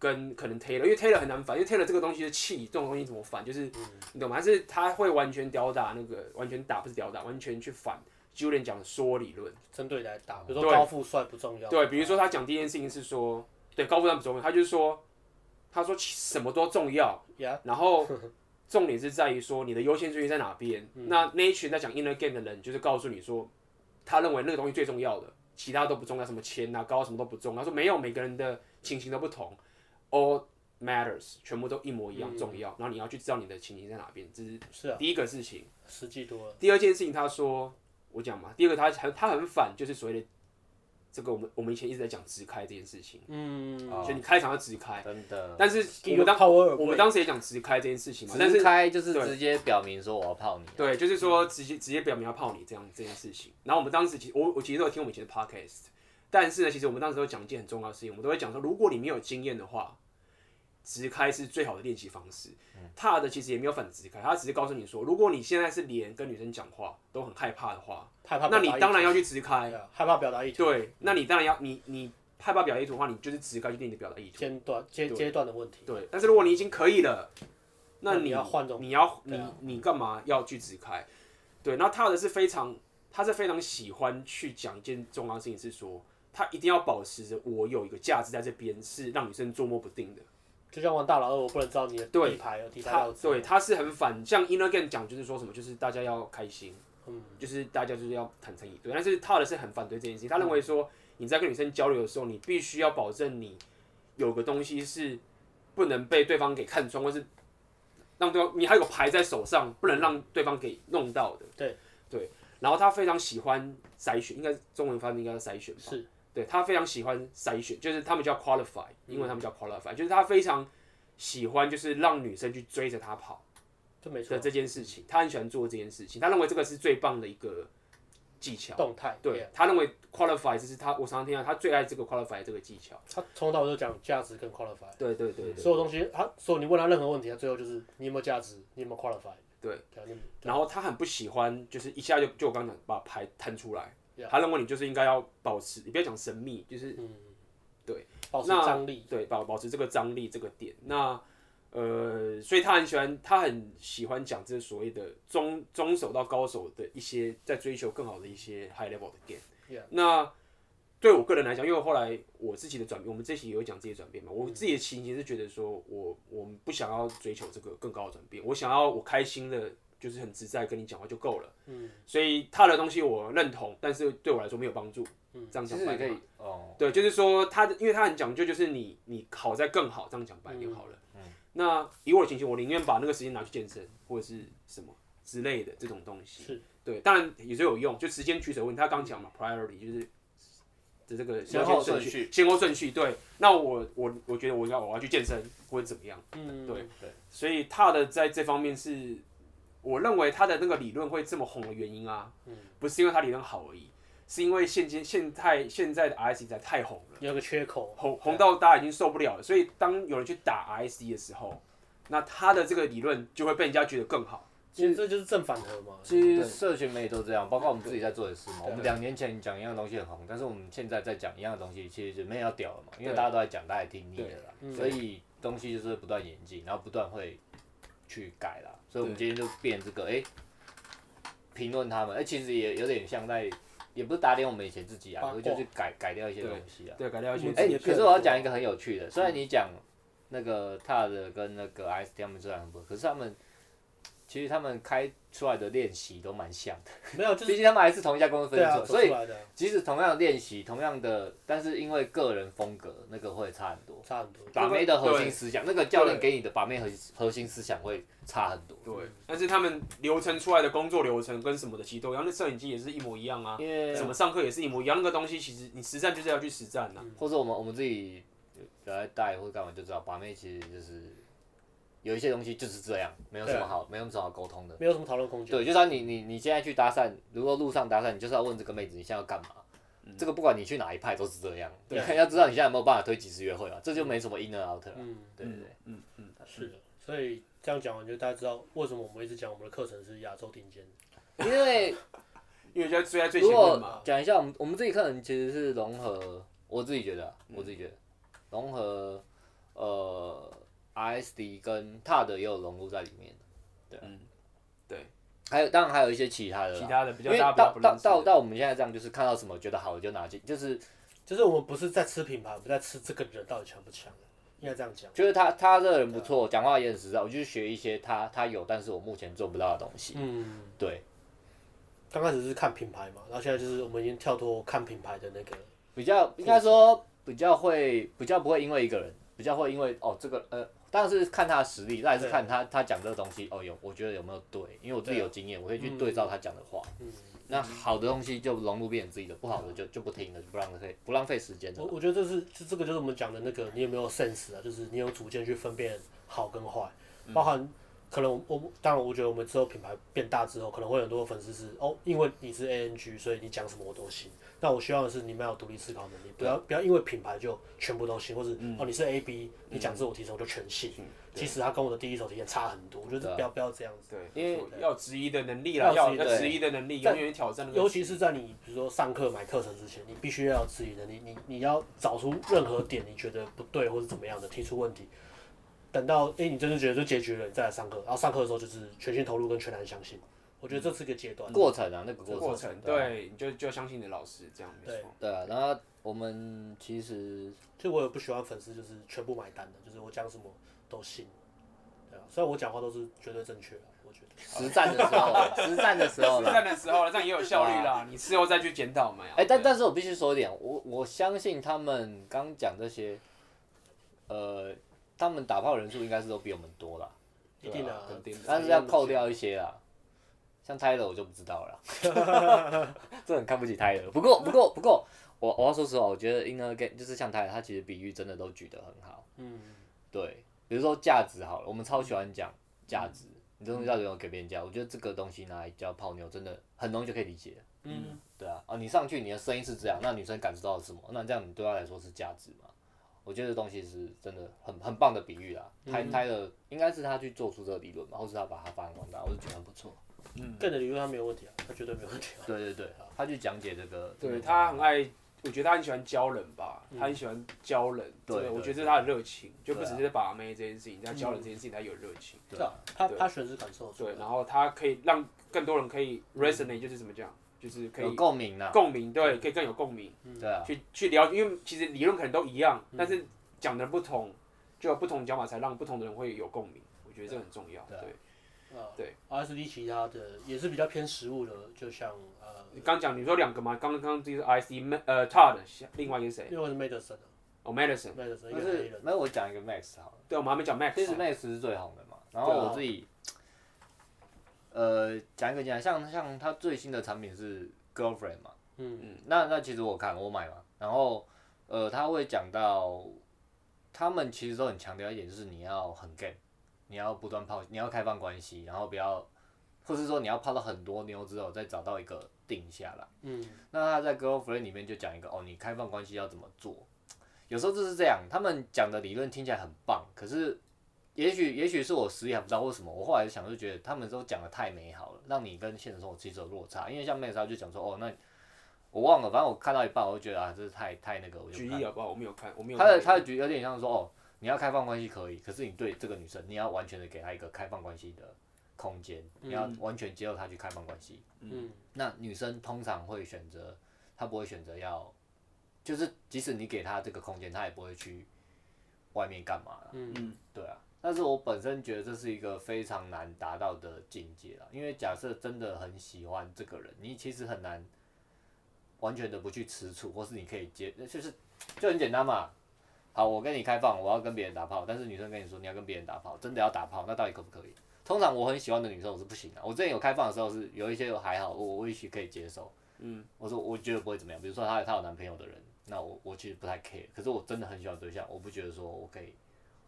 跟可能 Taylor，因为 Taylor 很难反，因为 Taylor 这个东西是气，这种东西怎么反？就是你懂吗？还是他会完全吊打那个，完全打不是吊打，完全去反 Julian 讲的说理论。
针对来打，比如说
对
高富帅不重要，
对，比如说他讲第一件事情是说，对高富帅不重要，他就是说，他说其什么都重要，
呀，
然后重点是在于说你的优先顺序在哪边。那那一群在讲 inner game 的人，就是告诉你说，他认为那个东西最重要的，其他都不重要，什么钱啊、高什么都不重要。他说没有，每个人的情形都不同，all matters，全部都一模一样重要。然后你要去知道你的情形在哪边，这嗯是
是啊，
第一个事情。
实际多了，
第二件事情，他说我讲嘛，第二个他很他很反，就是所谓的这个我们我们以前一直在讲直开这件事情，
嗯，
哦
所以你开场要直开。
真的，
但啊是我们当
power
我们当时也讲直开这件事情嘛，但是
直开就是
对
直接表明说我要泡你。
对，就是说直接直接表明要泡你这样这件事情。然后我们当时其实我我其实都有听我们以前的 podcast，但是呢，其实我们当时都讲一件很重要的事情，我们都会讲说，如果你没有经验的话，直开是最好的练习方式。
嗯
他的其实也没有反直开，他只是告诉你说，如果你现在是连跟女生讲话都很害怕的话，
害怕表
那
达意
你
图，
当然要去直开。
对啊害怕表达意图，
对，那你当然要你你害怕表达意图的话，你就是直开去练你的表达意图。
间断阶阶段的问题，
对，但是如果你已经可以了，那
那
你
你要换种
你要
对
你
啊
你干嘛要去直开？对，然后他的是非常，他是非常喜欢去讲一件重要的事情，是说他一定要保持着我有一个价值在这边，是让女生捉摸不定的。
就像玩大老二，我不能知道你的
对
底牌了，底牌
他
要知道
对，他是很反，像 Inner Game 讲就是说什么，就是大家要开心，嗯，就是大家就是要坦诚以对。但是他的是很反对这件事情，他认为说你在跟女生交流的时候，你必须要保证你有个东西是不能被对方给看穿，或是让对方你还有个牌在手上，不能让对方给弄到的。
对
对，然后他非常喜欢筛选，应该中文翻译应该是筛选吧。
是
对他非常喜欢筛选，就是他们叫 qualify，
嗯
英文他们叫 qualify，就是他非常喜欢就是让女生去追着他跑
这没错
的，这件事情，他很喜欢做这件事情，他认为这个是最棒的一个技巧。
动态
对他认为 qualify 就是他，我常常听到他最爱这个 qualify 这个技巧。
他从头到尾都讲价值跟 qualify，
对对对
所有东西他所有你问他任何问题，他最后就是你有没有价值，你有没有 qualify，
对，
对啊，你
然后他很不喜欢，就是一下就就我刚刚讲把牌摊出来。他认为你就是应该要保持，你不要讲神秘，就是
保持
那
张力，
对，保保持这个张力这个点。那呃，所以他很喜欢，他很喜欢讲这所谓的中中手到高手的一些在追求更好的一些 high level 的 game。那对我个人来讲，因为后来我自己的转变，我们这期也有讲自己的转变嘛。我自己的情形是觉得说我我不想要追求这个更高的转变，我想要我开心的，就是很自在跟你讲话就够了。嗯，所以他的东西我认同，但是对我来说没有帮助。嗯，这样
其
讲
实
白
你
了
可以哦，
对，就是说他的，因为他很讲究，就是你你好在更好，这样讲白一点好了。
嗯
那以我的情形，我宁愿把那个时间拿去健身或者是什么之类的这种东西。
是，
对，当然也是有用，就时间取舍问题。他刚讲嘛，priority 就是的这个
先
优先
后顺
顺序，先后顺序。对，那我我我觉得我要我要去健身或者怎么样。
嗯，
对所以他的在这方面是，我认为他的那个理论会这么红的原因啊，不是因为他理论好而已，是因为现今现太现在的 RS 实在太红了。
有个缺口，
红红到大家已经受不了了，所以当有人去打 IC 的时候，那他的这个理论就会被人家觉得更好。
其实这就是正反合嘛，
其实社群媒体都这样，包括我们自己在做也是嘛。我们两年前讲一样的东西很红，但是我们现在在讲一样的东西，其实就没有要屌了嘛，因为
对
大家都在讲，大家也听腻了
对嗯
啦。所以东西就是不断演进，然后不断会去改啦。所以我们今天就变这个，哎、评论他们，哎、其实也有点像在，也不是打脸我们以前自己
八
啊，
卦
就去改改掉一些东西啊。
对，改掉一些
嗯
哎、
也
可
变
是
得
我要
多
讲一个很有趣的，虽然你讲那个 TAD 跟那个 S 他们虽然很不，可是他们其实他们开出来的练习都蛮像的，
没有哦就是
毕竟他们还是同一家公司分
对啊，
所
走出
以
来的啊
即使同样的练习，同样的，但是因为个人风格那个会差很多。
差很多，
把妹的核心思想，那个教练
对
给你的把妹核核心思想会差很多，
对，但是他们流程出来的工作流程跟什么的其实都一样，那摄影机也是一模一样啊，
因为
什么上课也是一模一样，那个东西其实你实战就是要去实战呐、
或者我们我们自己有来带或干嘛就知道，把妹其实就是有一些东西就是这样，没有什么好，没有什么好沟通的。
没有什么讨论空间，
对，就是说你你你现在去搭讪，如果路上搭讪，你就是要问这个妹子你现在要干嘛。
嗯
这个不管你去哪一派都是这样，
对
你看要知道你现在有没有办法推几次约会啊，这就没什么 in and out 了。
嗯，
对对对，
嗯嗯，
是的，所以这样讲完就大家知道为什么我们一直讲我们的课程是亚洲顶尖，
因
<laughs>
为
因为现在追在最
如
前面
果
嘛，
讲一下我们我们自己课程其实是融合，我自己觉得啊，我
嗯
自己觉得融合呃 ISD 跟 TAD 也有融入在里面，对啊，
嗯对，
还有当然还有一些其他的啦，
其他的比
因
较
为
大家
到到
比较不认
到
识
到
的
到我们现在这样，就是看到什么觉得好的就拿进，就是
就是我们不是在吃品牌，我们在吃这个人到底强不强，应该这样讲。
就是他他这个人不错，讲话也很实在，我就学一些他他有，但是我目前做不到的东西。
嗯，
对，
刚开始是看品牌嘛，然后现在就是我们已经跳脱看品牌的那个，
比较应该说比较会比较不会因为一个人，比较会因为哦这个呃，当然是看他的实力，那还是
对
看他他讲这个东西哦有，我觉得有没有对，因为我自己有经验，我可以去对照他讲的话。
嗯，
那好的东西就融入变成自己的，不好的就就不听了，就不浪费不浪费时间
我
了。
我觉得这是这这个就是我们讲的那个，你有没有 sense 啊？就是你有主见去分辨好跟坏，包含可能我我当然我觉得我们之后品牌变大之后，可能会有很多粉丝是哦，因为你是 ANG，所以你讲什么我都信。那我希望的是你们要有独立思考能力，不要不要因为品牌就全部都信，或者、哦你是 AB，你讲自我提升我就全信。其实它跟我的第一手体验差很多，我觉得不要不要这样子。
对，
因为
没错要有质疑的能力啦，
要
要
有质疑
要
的
质疑的能力，永远挑战那个质疑，
尤其是在你比如说上课买课程之前，你必须要有自己的，你你你要找出任何点你觉得不对或者怎么样的，提出问题。等到哎、诶你真的觉得就解决了，你再来上课。然后上课的时候就是全心投入跟全然相信，我觉得这是个阶段。
过程啊，那个过程，
过程，
对啊
对，你就就要相信你的老师，这样没错。
对啊。然后我们其实
就我也不喜欢粉丝就是全部买单的，就是我讲什么都信，对啊。虽然我讲话都是绝对正确的，我觉得。
实战的时候，实战的时候
实
啦，
战的时候了，这样也有效率啦。你事后再去检讨嘛。
哎、但但是我必须说一点，我我相信他们刚讲这些，呃，他们打炮人数应该是都比我们多啦，
一定的、
对啊肯定的
但是要扣掉一些啦。像 Tyler 我就不知道了啦，这很看不起 Tyler。不过不过不过，我我要说实话，我觉得 inner game 就是像他，他其实比喻真的都举得很好。
嗯，
对，比如说价值好了，我们超喜欢讲价值，你这东西到底有没有给别人价？我觉得这个东西拿来教泡妞，真的很容易就可以理解。
嗯，
对啊，啊，你上去你的声音是这样，那女生感受到了什么？那这样你对她来说是价值嘛？我觉得这东西是真的很很棒的比喻啊，
嗯
他他的应该是他去做出这个理论嘛，或是他把它发扬光大，我就觉得很不错。
嗯
更的理论他没有问题啊，他绝对没有问题啊。
对对对，他去讲解这个，
对他很爱，我觉得他很喜欢教人吧，他很喜欢教人，
嗯对
这个我
对
觉得这是他的热情，就不
对啊嗯
只是把妹这件事情，在教人这件事情他有热情，
对啊，他
对
他选是感受出来
对，然后他可以让更多人可以 resonate，就是怎么讲，就是
嗯
可
有
以
共鸣啊，
共鸣，对，可以更有共鸣，
对啊，
去去了解，因为其实理论可能都一样，
嗯
但是讲的不同，就有不同讲法，才让不同的人会有共鸣，我觉得这很重要，
对啊
对。
啊，
对
，RSD 其他的也是比较偏实物的，就像呃，
你刚讲你说两个嘛，刚刚刚就是 I C 呃 Todd，另外一个是谁？
因为我是 Madison 啊
哦 Madison，
，Madison 一
就
个黑
是
人，
没有我讲一个 Max 好了。
对，我们还没讲 Max，啊
其实 Max 是最红的嘛。然后我自己，呃，讲一个讲，像像他最新的产品是 Girlfriend 嘛，
嗯
嗯，那那其实我看我买嘛，然后呃，他会讲到，他们其实都很强调一点，就是你要很 gay，你要不断泡，你要开放关系，然后不要，或是说你要泡到很多妞之后，再找到一个定下来。
嗯
那他在 girlfriend 里面就讲一个哦，你开放关系要怎么做？有时候就是这样，他们讲的理论听起来很棒，可是也许也许是我实力还不到或什么，我后来想就觉得他们都讲的太美好了，让你跟现实生活其实有落差。因为像妹子她就讲说哦，那我忘了，反正我看到一半我就觉得啊，这是太太那个，我就
举
不看
例好不好？我没有看，我没有
他
看。
的他的举有点像说哦，你要开放关系可以，可是你对这个女生，你要完全的给她一个开放关系的空间，你要完全接受她去开放关系。
嗯
那女生通常会选择，她不会选择要，就是即使你给她这个空间，她也不会去外面干嘛啦。
嗯
对啊，但是我本身觉得这是一个非常难达到的境界啦，因为假设真的很喜欢这个人，你其实很难完全的不去吃醋，或是你可以接，就是就很简单嘛。好，我跟你开放，我要跟别人打炮，但是女生跟你说你要跟别人打炮，真的要打炮，那到底可不可以？通常我很喜欢的女生我是不行的、我之前有开放的时候是有一些还好，我我也许可以接受，
嗯，
我说我觉得不会怎么样，比如说她她有男朋友的人，那我我其实不太 care，可是我真的很喜欢对象，我不觉得说我可以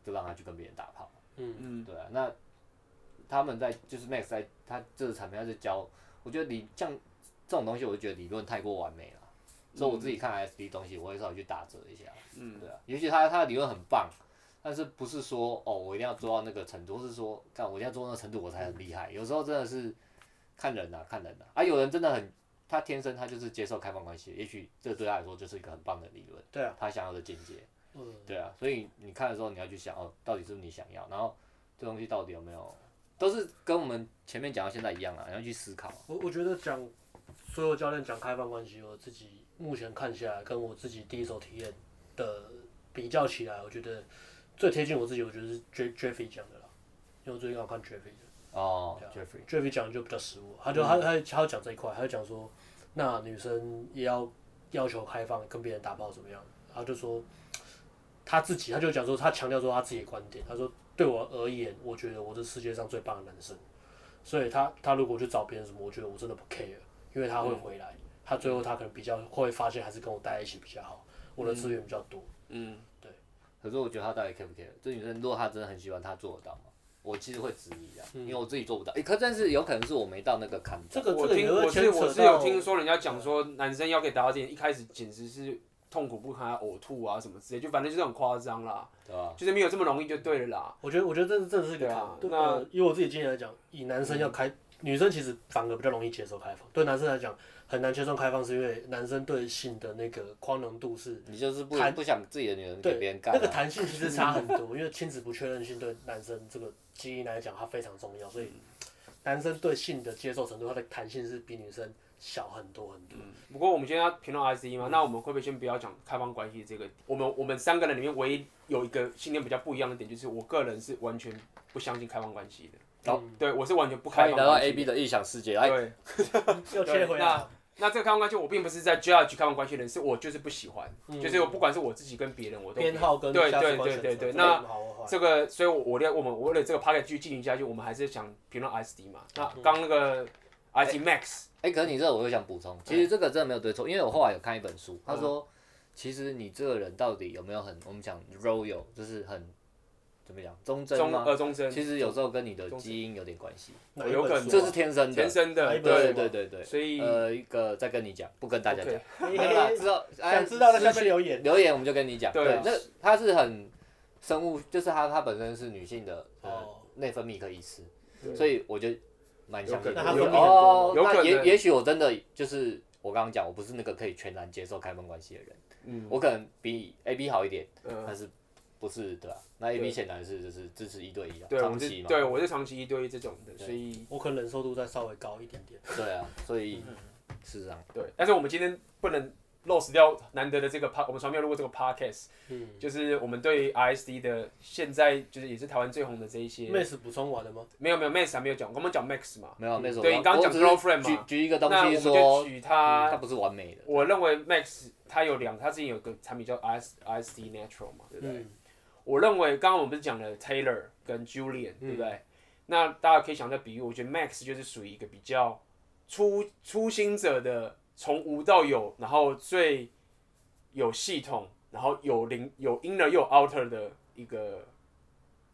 就让她去跟别人打炮。
嗯
嗯
对啊，那他们在就是 Max 在他这个产品他在教，我觉得理像这种东西，我就觉得理论太过完美了，所以我自己看 SD 东西，我会稍微去打折一下。
嗯，
对啊，也许他他的理论很棒，但是不是说哦我一定要做到那个程度，或是说干我一定要做到那个程度我才很厉害。有时候真的是看人呐、看人呐、啊，有人真的很他天生他就是接受开放关系，也许这对他来说就是一个很棒的理论，
对啊，
他想要的境界。
嗯，
对啊，所以你看的时候，你要去想哦，到底是不是你想要，然后这东西到底有没有，都是跟我们前面讲到现在一样啊，你要去思考。
我我觉得讲所有教练讲开放关系，我自己目前看下来，跟我自己第一手体验的比较起来，我觉得最贴近我自己，我觉得是 J Jeffy 讲的啦，因为我最近刚好看 Jeffy 的。
哦，Jeffrey，
Jeffy 讲的就比较实务，他
嗯
就他他他要讲这一块，他就讲说，那女生也要要求开放，跟别人打炮怎么样？他就说他自己，他就讲说，他强调说他自己的观点，他说对我而言，我觉得我是世界上最棒的男生，所以他他如果去找别人什么，我觉得我真的不 care，因为他会回来，他最后他可能比较会发现还是跟我待在一起比较好，我的资源比较多，
嗯，
可是我觉得他到底 care 不 care？这女生如果她真的很喜欢，她做得到吗？我其实会质疑啊，因为我自己做不到。诶，可但是有可能是我没到那个坎。
这个这
我
个也
听
会
嗯我是
牵扯到，
我是有听说人家讲说，男生要可以达到这点，一开始简直是痛苦不堪、呕吐啊什么之类，就反正就是很夸张啦，
对吧？
就是没有这么容易就对了啦。
我觉得，我觉得这是这是一个
啊对
坎
啊。
对
那
呃以我自己经验来讲，以男生要开，女生其实反而比较容易接受开放。对男生来讲，很难接受开放，是因为男生对性的那个宽容度是
你就是不
谈
不想自己的女人给别
对
人干、
那个
啊。
弹性其实差很多，因为亲子不确认性对男生这个基因来讲，它非常重要，所以
嗯
男生对性的接受程度，它的弹性是比女生小很多很多。
不过我们今天要评论 I C 嘛，那我们会不会先不要讲开放关系这个？我们我们三个人里面唯一有一个信念比较不一样的点，就是我个人是完全不相信开放关系的。
好
对我是完全不
欢
开
迎
放
来到
关系
A B 的异想世界，来，哎
对，
要切回来，
那这个开放关系，我并不是在 judge 开放关系的人，是我就是不喜欢，就是我不管是我自己跟嗯别人，我都
编号跟
对
价值
对
观
对
选
对
择
对，
这
那
个好或坏
这个，嗯所以我我为我们为了这个 p a c k a g e 继续进行下去，我们还是想评论 SD 嘛。那刚那个，IT Max，
哎、可是你这个我又想补充，其实这个真的没有对错，因为我后来有看一本书，他说，其实你这个人到底有没有很，我们讲 royal，就是很怎么讲忠贞
中
吗？
呃中生，
其实有时候跟你的基因有点关系，
哪一
有
本
可能
书
<laughs>
这
啊
是天生的
天。生
哪
的，
一本
对
书
对对对，
所以
呃，一个再跟你讲，不跟大家讲，
嘿
没有啦
嘿
知道哎
想知道的下
私
面留言。
留言我们就跟你讲，
对
对，那他是很生物，就是他他本身是女性的呃
哦
内分泌科医师，
对
所以我就蛮相信
有可能
的。我
那他分泌
觉得
很多
哦，
有可
那
能
也也许我真的就是我刚刚讲，我不是那个可以全然接受开放关系的人，
嗯
我可能比 A B 好一点，
呃，
但是不是对吧？那 A
对
B 显然是就是支持一对一啊，
对，
长
我
期
是
嘛，
对我是长期一对一这种的，
对
所以
我可能忍受度再稍微高一点点。
对啊，所以是这样，
对，但是我们今天不能 lose 掉难得的这个 pod，我们从来没有录过这个 podcast，
嗯
就是我们对 RSD 的现在就是也是台湾最红的这一些，
，Max 补充完了吗？
没有没有 Max 还没有讲，我们讲 Max 嘛，
没有那时候
对
我
你刚刚
我
讲
只是
girlfriend 嘛
举举一个东
那我
西
们就
说，
取
嗯
它
它不是完美的，
我认为 Max 它有两，它之前有个产品叫 S S D Natural 嘛，对不对？
嗯
我认为刚刚我们不是讲了 Taylor 跟 Julian，、对不
嗯
对？那大家可以想在比喻，我觉得 Max 就是属于一个比较初初心者的，从无到有，然后最有系统，然后有零有 inner 又有 outer 的一个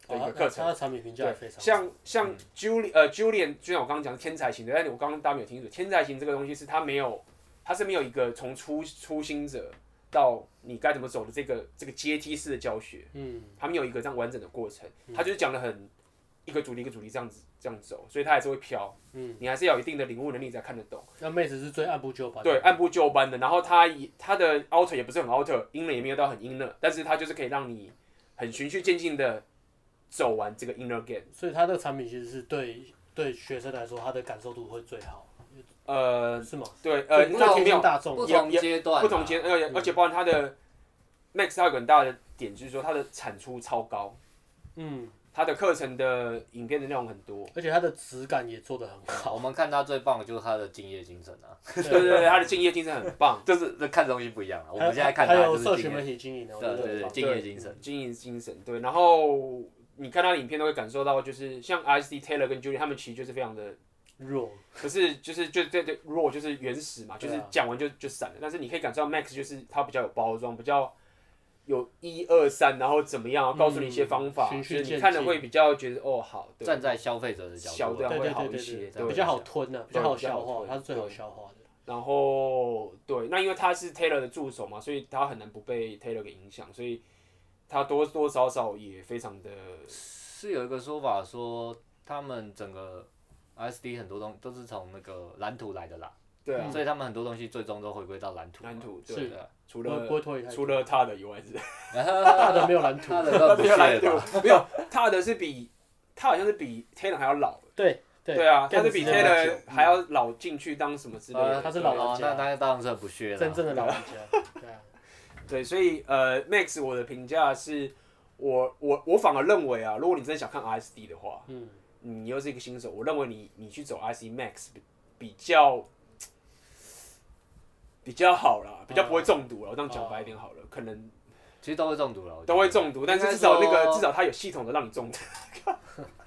的一
好啊
个课
那
程
他。的产品评价也非常好嗯
像像 Julian 呃 Julian，就像我刚刚讲的天才型的，但是我刚刚大家没有听清楚，天才型这个东西是他没有，他是没有一个从初初心者到你该怎么走的这个这个阶梯式的教学，
嗯，
他没有一个这样完整的过程，他就是讲的很一个主题一个主题这样子这样走，所以他还是会飘，嗯，你还是要有一定的领悟能力才看得懂，
那 Max 是最按部就班的。
对，按部就班的，然后他也他的 outer 也不是很 outer，inner 也没有到很 inner，但是他就是可以让你很循序渐进的走完这个 inner game。
所以他的产品其实是对对学生来说，他的感受度会最好，
呃，
是吗？
对，呃，
不是
那
贴
那没
近
有
大众
不
的，
同
也
阶段啊
不同阶，而且
嗯
而且包含它的 Max 它有个很大的点，就是说它的产出超高，
嗯，
它的课程的影片的内容很
<laughs>
多，
而且他的质感也做得很好。
好，我们看他最棒的就是他的敬业精神啊，
对对对，它的敬业精神很棒，
<laughs> 就是这看东西不一样啊了。我们
还有
现在看他
还
就
有
是
社
敬
群
业
媒体经营的，我觉
对
得
对
很
对，
棒
敬业精神。
敬业精神，对，然后。你看他的影片都会感受到，就是像 I C Taylor 跟 Julie 他们其实就是非常的，
弱，
不是就是就对对弱就是原始嘛，就
对啊
是讲完就就散了。但是你可以感受到 Max 就是他比较有包装，比较有一二三，然后怎么样，然后告诉你一些方法，
循序
就是
渐
你看了
进
会比较觉得哦好，对
站在消费者的角
小
度
的
啊，
对
会
对
好
对
一
对
些
对
对
对，比较好吞啊，比较好消
比较好
化，
吞
它是最好消化的。
然后对，那因为他是 Taylor 的助手嘛，所以他很难不被 Taylor 给影响，所以他多多少少也非常的
是有一个说法说，他们整个 SD 很多东都是从那个蓝图来的啦，
对啊，
所以他们很多东西最终都回归到蓝图嘛。
蓝图
对
对，
<laughs> 的，
除
不会不会拖累太
了
久
除了他的以外是，
大的没有蓝图，
他的都不
没有蓝
屑
图
吧？，
没有他的是比他好像是比 Taylor 还要老，
对对
对啊，他是比
更直接的嗯
Taylor 还要老进去当什么之类
呃
的，
他是老人
哦
家
那那当然是很不屑
真
了。
正的老人家，对啊，
对，所以呃，Max 我的评价是。我我我反而认为啊，如果你真的想看 RSD 的话，
嗯，
你又是一个新手，我认为你你去走 IC Max 比比较比较好啦，
啊
比较不会中毒了。我这样讲白一点好了，可能
其实都会中毒
哦
了，我觉得
都会中毒，但是至少那个至少它有系统的让你中毒。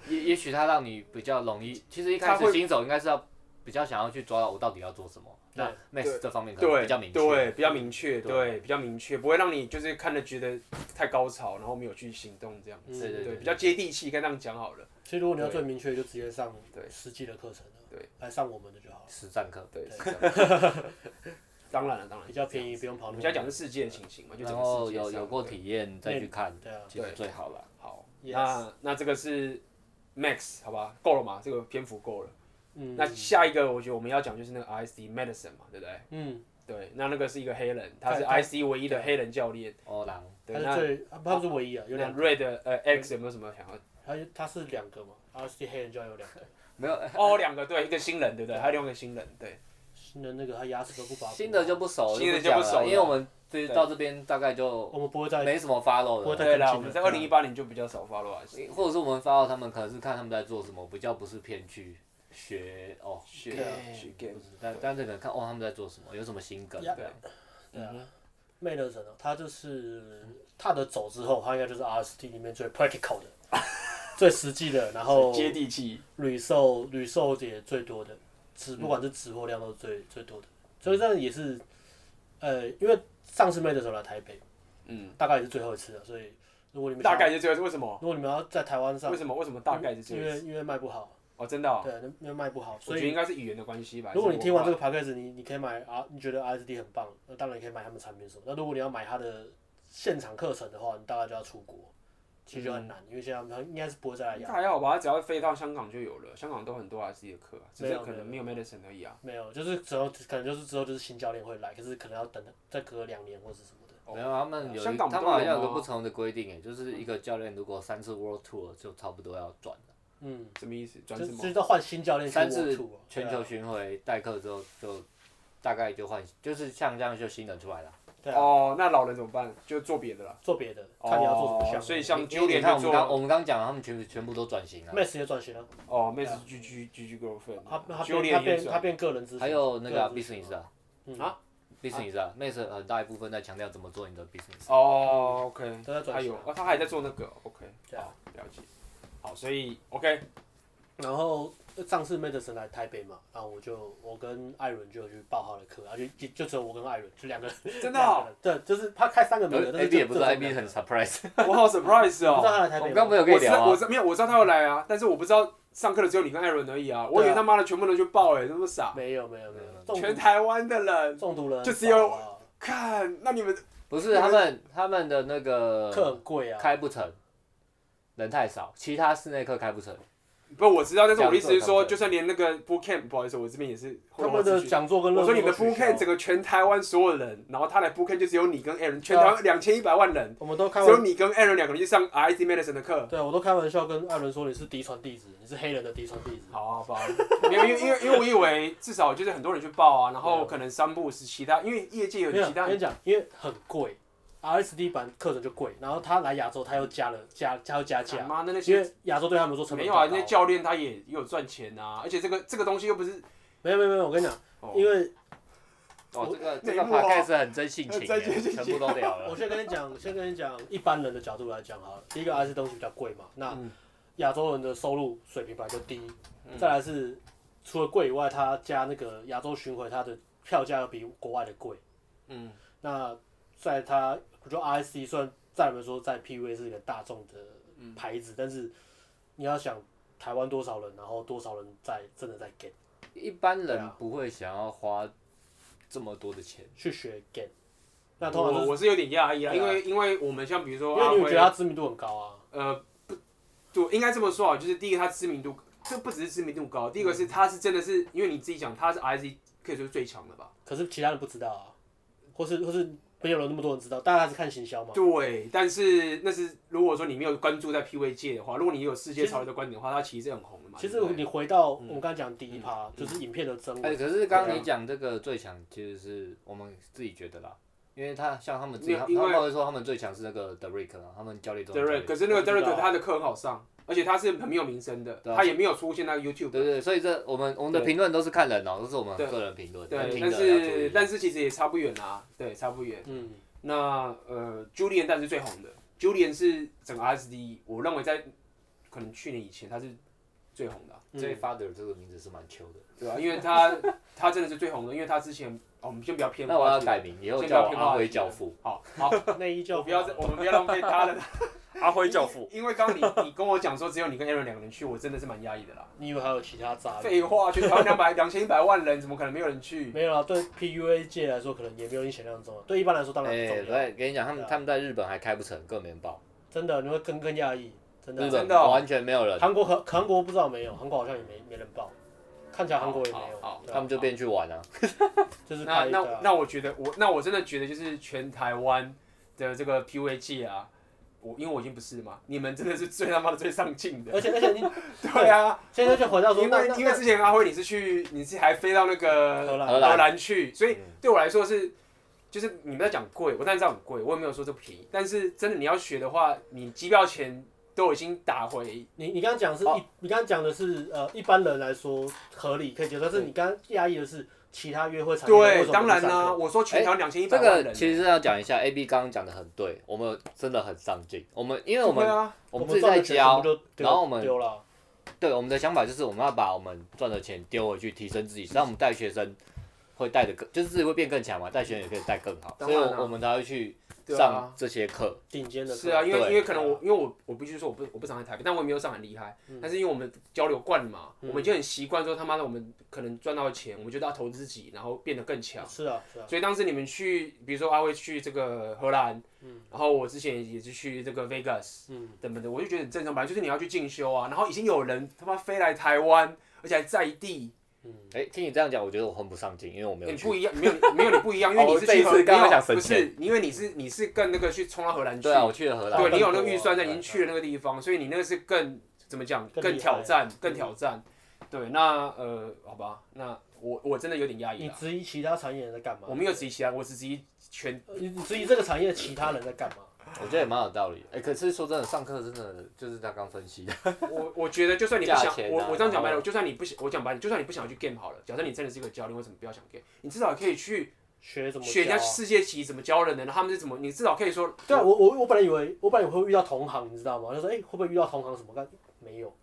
也也许他让你比较容易。其实一开
他
始
会
新手应该是要比较想要去抓到我到底要做什么。那 Max 这方面可能
对，
比较明确。
对，比较明确，
对
对，比较明确，不会让你就是看了觉得太高潮，然后没有去行动这样子，
嗯对对对
比较接地气，该这样讲好了。
其实如果你要最明确，就直接上
对
实际的课程了，
对，
来上我们的就好了，
实战课。
对，是这样当然了，当然
比较便宜，不用跑
我
那
们
么
现在
远。
讲的是世界的情形嘛，就整
然
个世
后
界
有
上
有过
对
体验再去看，
对啊，
其实
嗯对
最好了。
好
Yes
那那这个是 Max 好吧，够了嘛？这个篇幅够了。
嗯，
那下一个我觉得我们要讲就是那个 ISD Medicine 嘛，对不对？
嗯，
对，那那个是一个黑人，他是
对他
ISD 唯一的黑人教练。
哦，狼，
对，
他
那
是最，他不是唯一啊，有
那
两个，
Red 呃 X 有没有什么想要？
他他是两个嘛，RC 黑人就要有两个，
没有
哦，两个对，一个新人对不对？还有另外一个新人对。
新的那个他牙齿都不拔，
新的就不熟，
新的
就讲
就不熟
了
了
因为我们这
对
到这边大概就
我们不会再
没什么 follow
不会
了，
再
对
更
啦，
新
我们
了
在二零一八年就比较少 follow 啊 ISD。
或者是我们 follow 他们，可能是看他们在做什么，比较不是偏去学哦
学
对啊
学
不
game
是但但是可能看哦他们在做什么，有什么新梗，
Yeah
对啊
对啊，魅勒神哦，他就是踏的走之后，他应该就是 RST 里面最 practical 的、最实际的，然后
接地气。
屡售屡售也最多的。
嗯
值不管是值或量都是最最多的，所以这样也是，呃，因为上次 May 的时候来台北，嗯，大概也是最后一次了，所以如果你们
大概就这个，为什么？
如果你们要在台湾上，
为什么？为什么大概就这
啊因
个？
为因为卖不好，
哦，真的哦，
对，那因为卖不好，
我
所
觉得
以
应该是语言的关系吧。
如果你听完这
个，
个 p a c k a g e 你你可以买啊，你觉得 RSD 很棒，那当然可以买他们产品什么。那如果你要买他的现场课程的话，你大概就要出国，其实就很难，因为现在他们应该是不会再来
应
亚
该还好吧，只要飞到香港就有了，香港都很多 R C 的课啊，只
没
是
有
可能没有 medicine 而已啊。
没有，就是之后可能就是之后就是新教练会来，可是可能要等再隔两年或者什么的。
没有，他们有一
香港
他
不
们
都
好
有
像有个
吗
不成文的规定，哎，就是一个教练如果三次 World Tour 就差不多要转了，
嗯，
什么意思？
就
转什
就
么？
是要换新教练去
三
World
次
Tour 啊
全球巡回代课之后就大概就换，就是像这样就新人出来了。
对啊，
哦，那老人怎么办？就做别的了。
做别的，看你要做什么项目。
哦所以像
因为
Julian
你看我们
就做
刚我们刚讲了，他们全全部都转型了，
Max 也转型了，
哦，妹子 G G G G
他他
girlfriend，
变他
Julian 也
变
是
他变个人咨询，
还有那个啊
个人咨询
business 啊
嗯
啊
，business 啊，Max 很大一部分在强调怎么做你的 business。
哦，OK，
都在转
他
型
有
啊，
哦，他还在做那个，OK，
对啊
好，了解。好，所以
<laughs>
OK，
然后上次 Madison 来台北嘛，然后我就我跟艾伦就有去报他的课，然后就就就只有我跟艾伦就两个人，
真的哦，呃
对，就是他开三个名额，但
A
是
B
就
也不知道
就
，A
只有
B 很 surprise。
<laughs> 我好 surprise
我不知道他
哦。
来台
我
北吗，
们刚没有跟
我
你
知
聊
道，我
啊，
知没有，我知道他会来啊，但是我不知道上课的只有你跟艾伦而已啊，我
对
以为
啊
他妈的全部人去报，哎，那么傻，
没有没有没有，中
全
毒
台湾的人
中毒人
就只有
很少啊
看，那你们
不是他们他们的那
课
个
很贵啊，
开不成，人太少，其他室内课开不成。
不，我知道，但是我的意思是
讲座
说，
讲座
就算连那个 boot camp，不好意思，我这边也是
他们的讲座跟
我
乐
说
色
你的
都取
boot
消
camp 整个全台湾所有人，然后他来 boot camp 就只有你跟 Aaron，全台湾两千一百万人，
我们都啊开
只有
玩
你跟 Aaron 两个人去上 RIT medicine 的课。
对我都开玩笑跟艾伦说你是嫡传弟子，你是黑人的嫡传弟子，
好啊，好吧，没有，因为因为因为我以为至少就是很多人去报啊，然
对
后
啊
可能三不五时其他，因为业界有
没有
其他
跟你讲，因为很贵，RSD 版课程就贵，然后他来亚洲他又加了加他又加
干
价，
妈那那
因
些
为亚洲对他们说成本
没有啊，
比较
那
高
些教练他也也有赚钱啊，而且这个这个东西又不是
没有没有没有，我跟你讲，
哦
因为
哦，这个这
内
个
幕哦
podcast 很真性情
很真性
耶，
情
全部都聊
我
<laughs>
了。
先跟你讲，先跟你讲一般人的角度来讲好了。第一个还是东西比较贵嘛，那
嗯
亚洲人的收入水平本来就低，再来是除了贵以外，它加那个亚洲巡回，它的票价要比国外的贵。
嗯，
那在它，我觉得 RSC 虽然在我们说在 PV 是一个大众的
嗯
牌子，但是你要想台湾多少人，然后多少人在真的在 get
一般
对
人
啊
不会想要花这么多的钱，
去学 get，那通常
我
就是
我是有点压抑啊，
对
因
啊
为因为我们像比如说
因为
阿
你们
辉
觉得它知名度很高啊，
呃，不，就应该这么说啊，就是第一个它知名度，这不只是知名度高，第一个是它是真的是，因为你自己讲它是 I Z 可以说是最强的吧？
可是其他人不知道啊，或是或是没有那么多人知道，大家还是看行销嘛。
对，但是那是如果说你没有关注在 P V 界的话，如果你有世界潮流的观点的话，它其实是很红的嘛。
其实
对不对
你回到我们刚才讲第一
嗯
趴，就是影片的真
啊
哎、
伪，
可是刚刚你讲这个最强，其实是我们自己觉得啦，因为他像他们自己，
没有
他
因为
们会说他们最强是那个 Derek 啊，他们教练中的教
Derek，
练
可是那个
我知道欸
Derek 他的课很好上，而且他是很没有名声的，
对啊
他也没有出现在 YouTube。
对对，所以这我们我们的
对
评论都是看人哦、都是我们
对
个人评论，要
对，
听的要
但
注
是
意
但是其实也差不远啊，对，差不远。
嗯，
那呃，Julian 但是最红的，Julian 是整个 RSD，我认为在可能去年以前他是最红的啊、
这位 father 这个名字是蛮秋的，
对吧、因
<laughs>
为他他真的是最红的，因为他之前哦，我们先不要偏
那我要
题
改名，以后
先
叫我
不要偏
阿
话
辉
题
教
了
父。
好好，
内衣教
哎我不要再，我们不要浪费他
<laughs>
的
阿辉教父，
因为刚刚你你跟我讲说只有你跟 Aaron 两个人去，我真的是蛮压抑的啦。
你以为还有其他渣？
废话，全台湾两百两千一百万人，怎么可能没有人去？
没有啊，对 PUA 界来说，可能也没有你想象中啊。对一般来说，当然
哎、
不重要。
对，跟你讲，他们
对啊
他们在日本还开不成，根本没人报，
真的，你会更更讶异，真
日
的
本
啊。
真的哦
完全没有人，
韩国和韩国不知道没有，韩国好像也没没人报，看起来韩国也没有
好好，
对啊
他们就变去玩啊。
就是
那
拍
那
的啊
那我觉得我那我真的觉得就是全台湾的这个 PUA 界啊，我因为我已经不是嘛，你们真的是最他妈的最上进的
而。且而且你
对啊，
现在就回到说，
因
那
为
那
因为
那
之前阿辉你是去，你是还飞到那个
荷兰
荷兰去，所以
嗯
对我来说是，就是你们在讲贵，我当然知道很贵，我也没有说这便宜，但是真的你要学的话，你机票钱都已经打回，
你你刚刚讲的是
好
一，你刚刚讲的是呃，一般人来说合理可以接受，但是你刚刚压抑的是其他约会产业为
对
什，么
当然
不哎上
啦、
课
我说全条两千一
这
百万
个
人，欸
其实是要讲一下，A B 刚刚讲的很对，我们真的很上进，我们因为我们、
对啊，
我
我
们自己
赚
在
的钱全
教
部，就丢
然后我们
丢了，
对我们的想法就是我们要把我们赚的钱丢回去，提升自己，让我们带学生会带的更，就是自己会变更强嘛，带学生也可以带更好，
当
所以
然啊
我我们才会去
对啊
上这些课。
顶尖的
是啊，因为
对
因为可能我因为我我必须说我不我不常来台北，但我也没有上很厉害，
嗯
但是因为我们交流惯了嘛，我们已经很习惯说他妈的我们可能赚到钱，我们就要投资自己，然后变得更强。
是啊是啊，
所以当时你们去，比如说阿威去这个荷兰，
嗯
然后我之前也是去这个 Vegas，等等的，我就觉得很正常，本来就是你要去进修啊，然后已经有人他妈飞来台湾，而且还在地，
哎、听你这样讲，我觉得我很不上进，因为我没有
嗯你
去。
不一样，没有没有你不一样，因为
哦
你是
这一
去
次
荷，
刚刚
没有
想省
不
钱
是，因为你是你是更那个去冲到荷兰去，
对啊，我去了荷兰。
对你有
更
那个
多
预
啊
算在，已
对
经去了那个地方，所以你那个是更怎么讲？
更
更
厉
挑
害
战，更挑战。对，那呃，好吧，那我我真的有点压抑
你
了。
质疑其他产业人在干嘛？
我没有质疑其他，我只质疑全
呃你你质疑这个产业其他人在干嘛？
我觉得也蛮有道理的。哎、可是说真的，上课真的就是他刚分析的。
我我觉得，就算你不
价
想，
钱啊
我我这样讲白
然
了，就算你不想，我讲白了，就算你不想去 game 好了，假设你真的是一个教练，为什么不要想 game？你至少可以去
学怎么
学人
教
家
啊
世界级怎么教人的，然后他们是怎么，你至少可以说，
对啊，我我我本来以为我本来以为会遇到同行，你知道吗？就说哎、诶会不会遇到同行什么干？没有，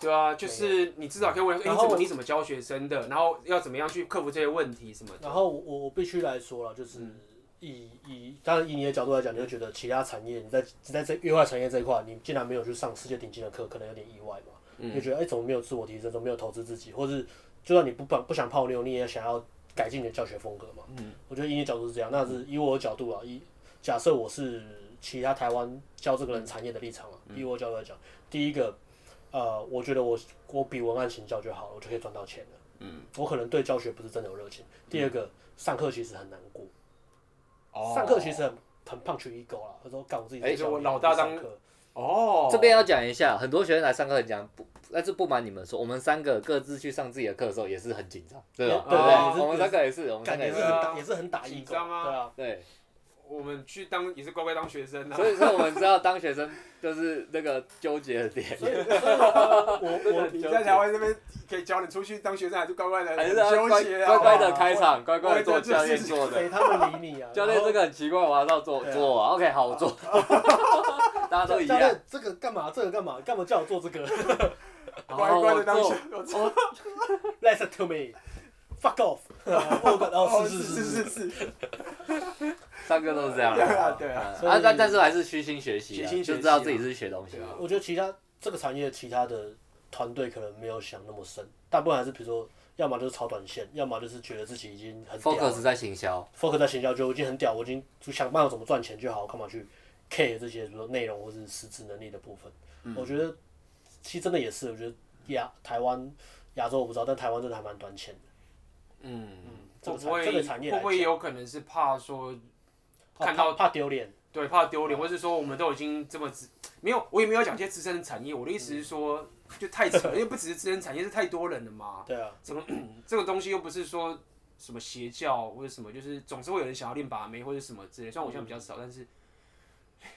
对啊，就是你至少可以问说，哎、
然
你
后
怎么你怎么教学生的，然后要怎么样去克服这些问题什么的。
然后我我必须来说了，就是以以当然以你的角度来讲，你会觉得其他产业你在你在这优化产业这一块，你竟然没有去上世界顶尖的课，可能有点意外嘛。你会觉得哎、诶怎么没有自我提升，怎么没有投资自己，或是就算你不不不想泡妞，你也想要改进你的教学风格嘛？嗯，我觉得以你的角度是这样，那是以我的角度啊，以假设我是其他台湾教这个人产业的立场啊，以我的角度来讲，第一个。呃，我觉得我我比文案行教就好了，我就可以赚到钱了。嗯，我可能对教学不是真的有热情。第二个，上课其实很难过，哦上课其实很很胖去一狗啦。他说干我自己在
哎
教你，
哦我老大当
上课
哦，
这边要讲一下，很多学生来上课很讲不，但是不瞒你们说，我们三个各自去上自己的课的时候也是很紧张，对吧？
对
对
对哦也
不
是
对？我们三个也是，我们三
感
个
觉是
也是
很，打
对啊
也是很打一
紧
狗，
张啊
对
<laughs>
啊，
对。
我们去当也是乖乖当学生啊。
所以说我们知道当学生就是那个纠结的
<laughs>
点，
所以所以呃我我
你在台湾这边可以教你出去当学生，还是乖乖的
还是要
很
乖
纠结啊？
乖乖的开场，乖乖的做
我
教练做的
给。他们理你啊，
教练这
个
个很奇怪，我要照做
对啊
做啊。OK，好，我
<laughs>
做。大家都一
教
样。
练这个干嘛？这个干嘛？干嘛叫我做这个 <laughs>
好
乖乖的当
哦我
学
做。
生。哦
？Listen to me. Fuck off！我感哦，是是是，
是是是，
上课都是这样
对
的。
啊对
嗯
啊，
所
啊
以，
但但是还是虚心学习
虚
啊，
心学
就
习啊
知道自己是学东西
对
啊
啊。
我觉得其他这个产业其他的团队可能没有想那么深，大部分还是比如说，要么就是炒短线，要么就是觉得自己已经很屌了
focus 在行销，
focus 在行销，就我已经很屌，我已经就想办法怎么赚钱就好，干嘛去 care 这些，比如说内容或是实质能力的部分。
嗯
我觉得其实真的也是，我觉得亚台湾亚洲我不知道，但台湾真的还蛮短浅的。
嗯，
这个
会不
产
会
这个产业
会
来
不会也
讲，
有可能是怕说
怕
看到
怕怕丢脸，
对怕丢
嗯
脸，或是说我们都已经这么资没有，我也没有讲这些资深产业，我的意思是说就太
<laughs>
扯，因为不只是资深产业，是太多人了嘛。
对啊，
这个东西又不是说什么邪教或者什么，就是总是会有人想要练把妹或者什么之类。虽然我现在比较少，但是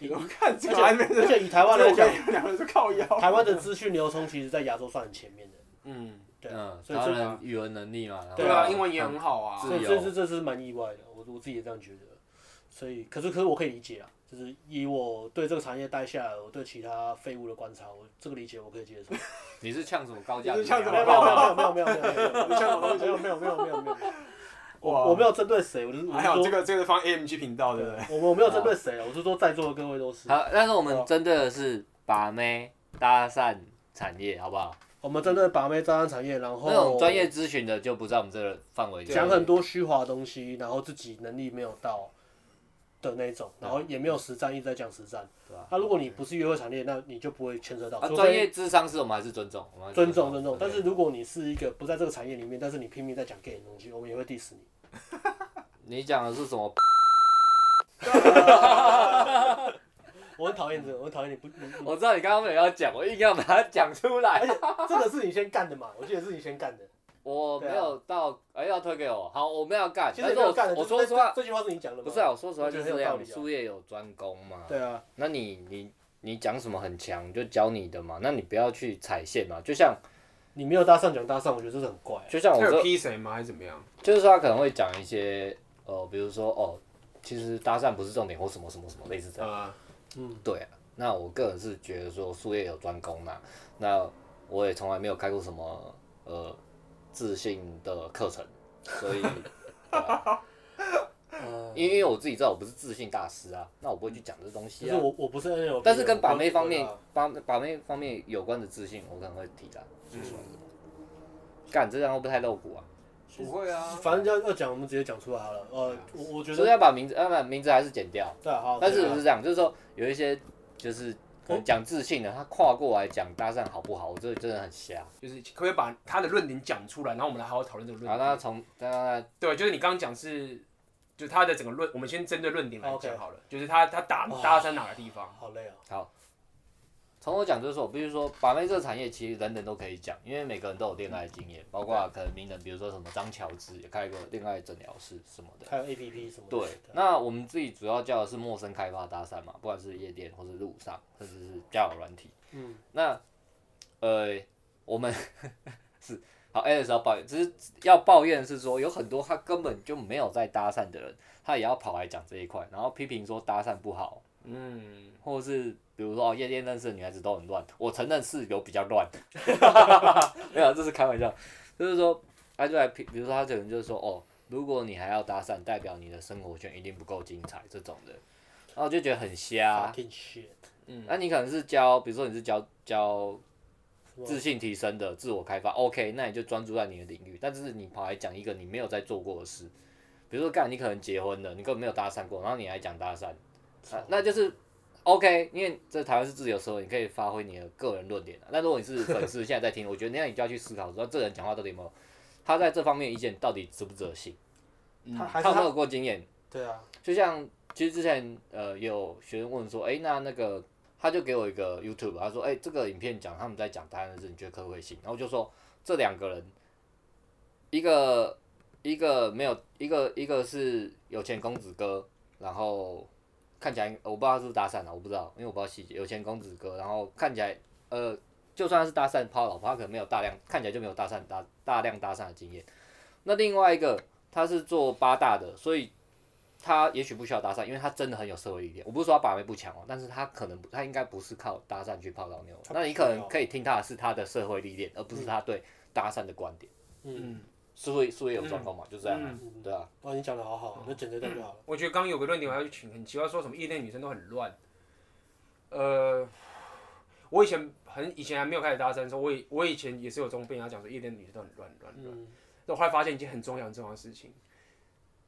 我看啊这
而
个
且
还没
而且以台湾来讲，
<laughs> 两个人是靠腰。
台湾的资讯流通其实在亚洲算很前面的，
嗯，
对啊
嗯，，
所以
台湾
这
人语文能力嘛，
对
对
啊，
啊
英文也
嗯
很好啊。
自
所以
由
这是这是蛮意外的，我我自己也这样觉得。所以，可是可是我可以理解啊，就是以我对这个产业待下来，我对其他废物的观察，我这个理解我可以接受。
你是呛什么高价
你
值
是呛什
没有
么
没
啊？
有没有没有没有没有没有没有没有没有没有没有没有，
哇
我我没有针对谁，我就是
<laughs>
我
还
是
哎有这
说，
个这个放 AMG 频道，对不对？啊
我我没有针对谁，我是说在座的各位都是。 <laughs>
好，但是我们针对的是把妹搭讪产业，好不好？
我们针对把妹、招商产业，然后
那种专业咨询的就不在我们这个范围内。
讲很多虚华的东西，然后自己能力没有到的那种，然后也没有实战，一直在讲实战。
啊对啊
那如果你不是约会产业，那你就不会牵涉到。
啊，
除
专
非
业智商是我们还是尊重，我们还是
尊重尊重，但
对啊
是如果你是一个不在这个产业里面，但是你拼命在讲 gay 的东西，我们也会 diss 你。 <laughs>
你讲的是什么？ <laughs>
我很讨厌这个，我很讨厌你不，你你
我知道你刚刚没有要讲，我硬要把它讲出
哎
来。
这个是你先干的嘛？我记得是你先干的，
我没有到，哎，要推给我。好，我没有干，
其实也
但是
没
我
有干的。
我
就是
说
这
实话，
这句话是你讲的吗？
不是啊，我说实话就是这
我觉得很有道
样，
理啊
术业有专攻嘛。
对啊，
那你你你讲什么很强，就教你的嘛。那你不要去踩线嘛。就像
你没有搭上讲搭上，我觉得这是很怪。啊
就像我
他
说
有，批谁吗？还是怎么样？
就是说他可能会讲一些呃，比如说哦，其实搭讪不是重点，或什么什么什么类似这样。
呃，
对啊、那我个人是觉得说术业有专攻嘛。那我也从来没有开过什么呃自信的课程，所以对啊因为因为我自己知道我不是自信大师啊，那我不会去讲这东
可
西
是
啊。
我我不是 NLP，
但是跟把妹
妹
方面、把把妹方面有关的自信，我可能会提啦。
嗯
干，这样会不会太露骨啊？
不会啊，
反正要要讲，我们直接讲出来好了。呃，我我觉
所以
得
要把名字，要把名字还是剪掉。
对啊，好，
啊但是
对
不
啊嗯
是这样？就是说有一些就是可能讲自信的，他跨过来讲搭讪好不好？我这真的很瞎。
就是可不可以把他的论点讲出来，然后我们来好好讨
嗯
论这个
然
论
后
点。
他从他
对，就是你刚刚讲是，就他的整个论，我们先针对论点来
OK
讲好了。就是他他打
哇
搭讪哪个地方？
好累啊。
从我讲就是说，我必须说把妹这个产业其实人人都可以讲，因为每个人都有恋爱经验，包括可能名人，比如说什么张乔治也开过恋爱诊疗室什么的。
还有 A P P 什么的。啊
对，那我们自己主要教的是陌生开发搭讪嘛，不管是夜店或是路上，甚至是交友软体。
嗯，
那呃，我们 <laughs> 是好 a l e 要抱怨，只是要抱怨是说有很多他根本就没有在搭讪的人，他也要跑来讲这一块，然后批评说搭讪不好，
嗯，
或是比如说哦夜店认识的女孩子都很乱，我承认是有比较乱，没有这是开玩笑，就是说他就来批，比如说他可能就是说哦，如果你还要搭讪，代表你的生活圈一定不够精彩这种的，然后我就觉得很瞎。
Fucking shit，
嗯
那、你可能是教，比如说你是教教自信提升的、自我开发，OK，那你就专注在你的领域。但是你跑来讲一个你没有在做过的事，比如说干，你可能结婚了，你根本没有搭讪过，然后你还讲搭讪，啊那就是 OK，因为这台湾是自由社会，你可以发挥你的个人论点、啊。那如果你是粉丝现在在听，我觉得那样你就要去思考说，这人讲话到底有没有，他在这方面意见到底值不值得信，
嗯
他
他
还是
有没
他
有过经验，
对啊，
就像其实之前呃有学生问说，哎、那那个他就给我一个 YouTube，他说，哎、这个影片讲他们在讲答案的事，你觉得可不可信？然后我就说这两个人，一个一个没有，一个一个是有钱公子哥，然后看起来我不知道他是不是搭讪了，我不知道，因为我不知道细节。有钱公子哥，然后看起来呃，就算他是搭讪泡老婆，他可能没有大量看起来就没有搭讪搭大量搭讪的经验。那另外一个他是做八大的，所以他也许不需要搭讪，因为他真的很有社会历练。我不是说他把妹不强哦，但是他可能不他应该不是靠搭讪去泡老妞。
他不哦
那你
需
可能
要
可以听他的是他的社会历练，而不是他对搭讪的观点。
嗯，
是会是会有状况嘛，就这样啊，对啊。
哇，你讲的好好，那剪这段就好了。
我觉得刚刚有个论点我要去请，很奇怪，说什么夜店女生都很乱。呃，我以前很以前还没有开始搭讪的时候，我以我以前也是有这种被人家讲说夜店女生都很乱乱乱。那、我后来发现一件很重要很重要的事情，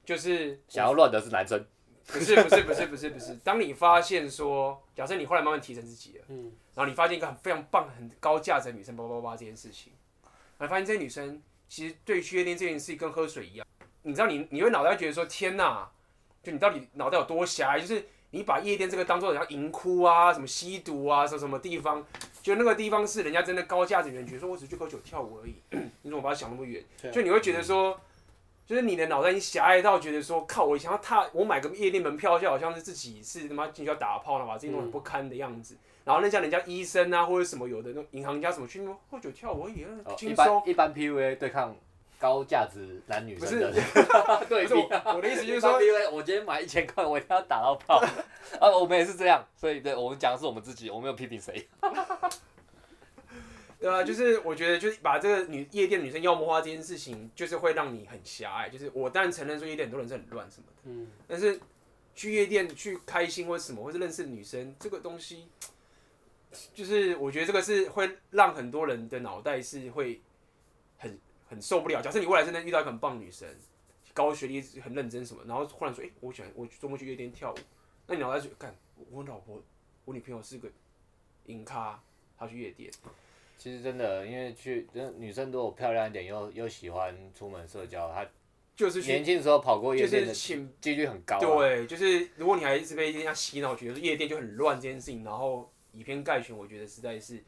就是
想要乱的是男生，
不是不是不是不是不是，当你发现说，假设你后来慢慢提升自己了，嗯，然后你发现一个很非常棒、很高价值的女生，叭叭叭这件事情，然后发现这些女生其实对于去夜店这件事情跟喝水一样，你知道你你会脑袋觉得说天哪，就你到底脑袋有多狭隘，就是你把夜店这个当做像淫窟啊、什么吸毒啊、什么什么地方，就那个地方是人家真的高价值的人，觉得说我只是去喝酒跳舞而已， <clears throat> 你怎么把它想那么远？
对啊
就你会觉得说。就是你的脑袋已经狭隘到觉得说，靠，我想要踏，我买个夜店门票，就好像是自己是他妈进去要打炮了，把自己弄得很不堪的样子。然后那像人家医生啊，或者什么有的那种银行家什么去那边喝酒跳舞而已，啊
哦一
轻松。
般一般 PUA 对抗高价值男女生的 <laughs> 对
不是
比。
我我的意思就是
一般
说，
PUA，我今天买一千块，我一定要打到 <laughs> 爆。啊，我们也是这样，所以对我们讲的是我们自己，我没有批评谁。
对啊，就是我觉得就是把这个女夜店女生妖魔化这件事情，就是会让你很狭隘。就是我当然承认说夜店很多人是很乱什么的，
嗯，
但是去夜店去开心或者什么，或是认识女生这个东西，就是我觉得这个是会让很多人的脑袋是会很很受不了。假设你未来真的遇到一个很棒的女生，高学历很认真什么，然后忽然说，哎、我喜欢我周末去夜店跳舞，那你脑袋就看我老婆，我女朋友是个银咖，她去夜店，
其实真的，因为去真的女生如果漂亮一点，又又喜欢出门社交，她
就是去
年轻的时候跑过夜店
就
的
是请
几率很高啊。
对，就是如果你还一直被人家洗脑，觉得夜店就很乱这件事情，然后以偏概全，我觉得实在是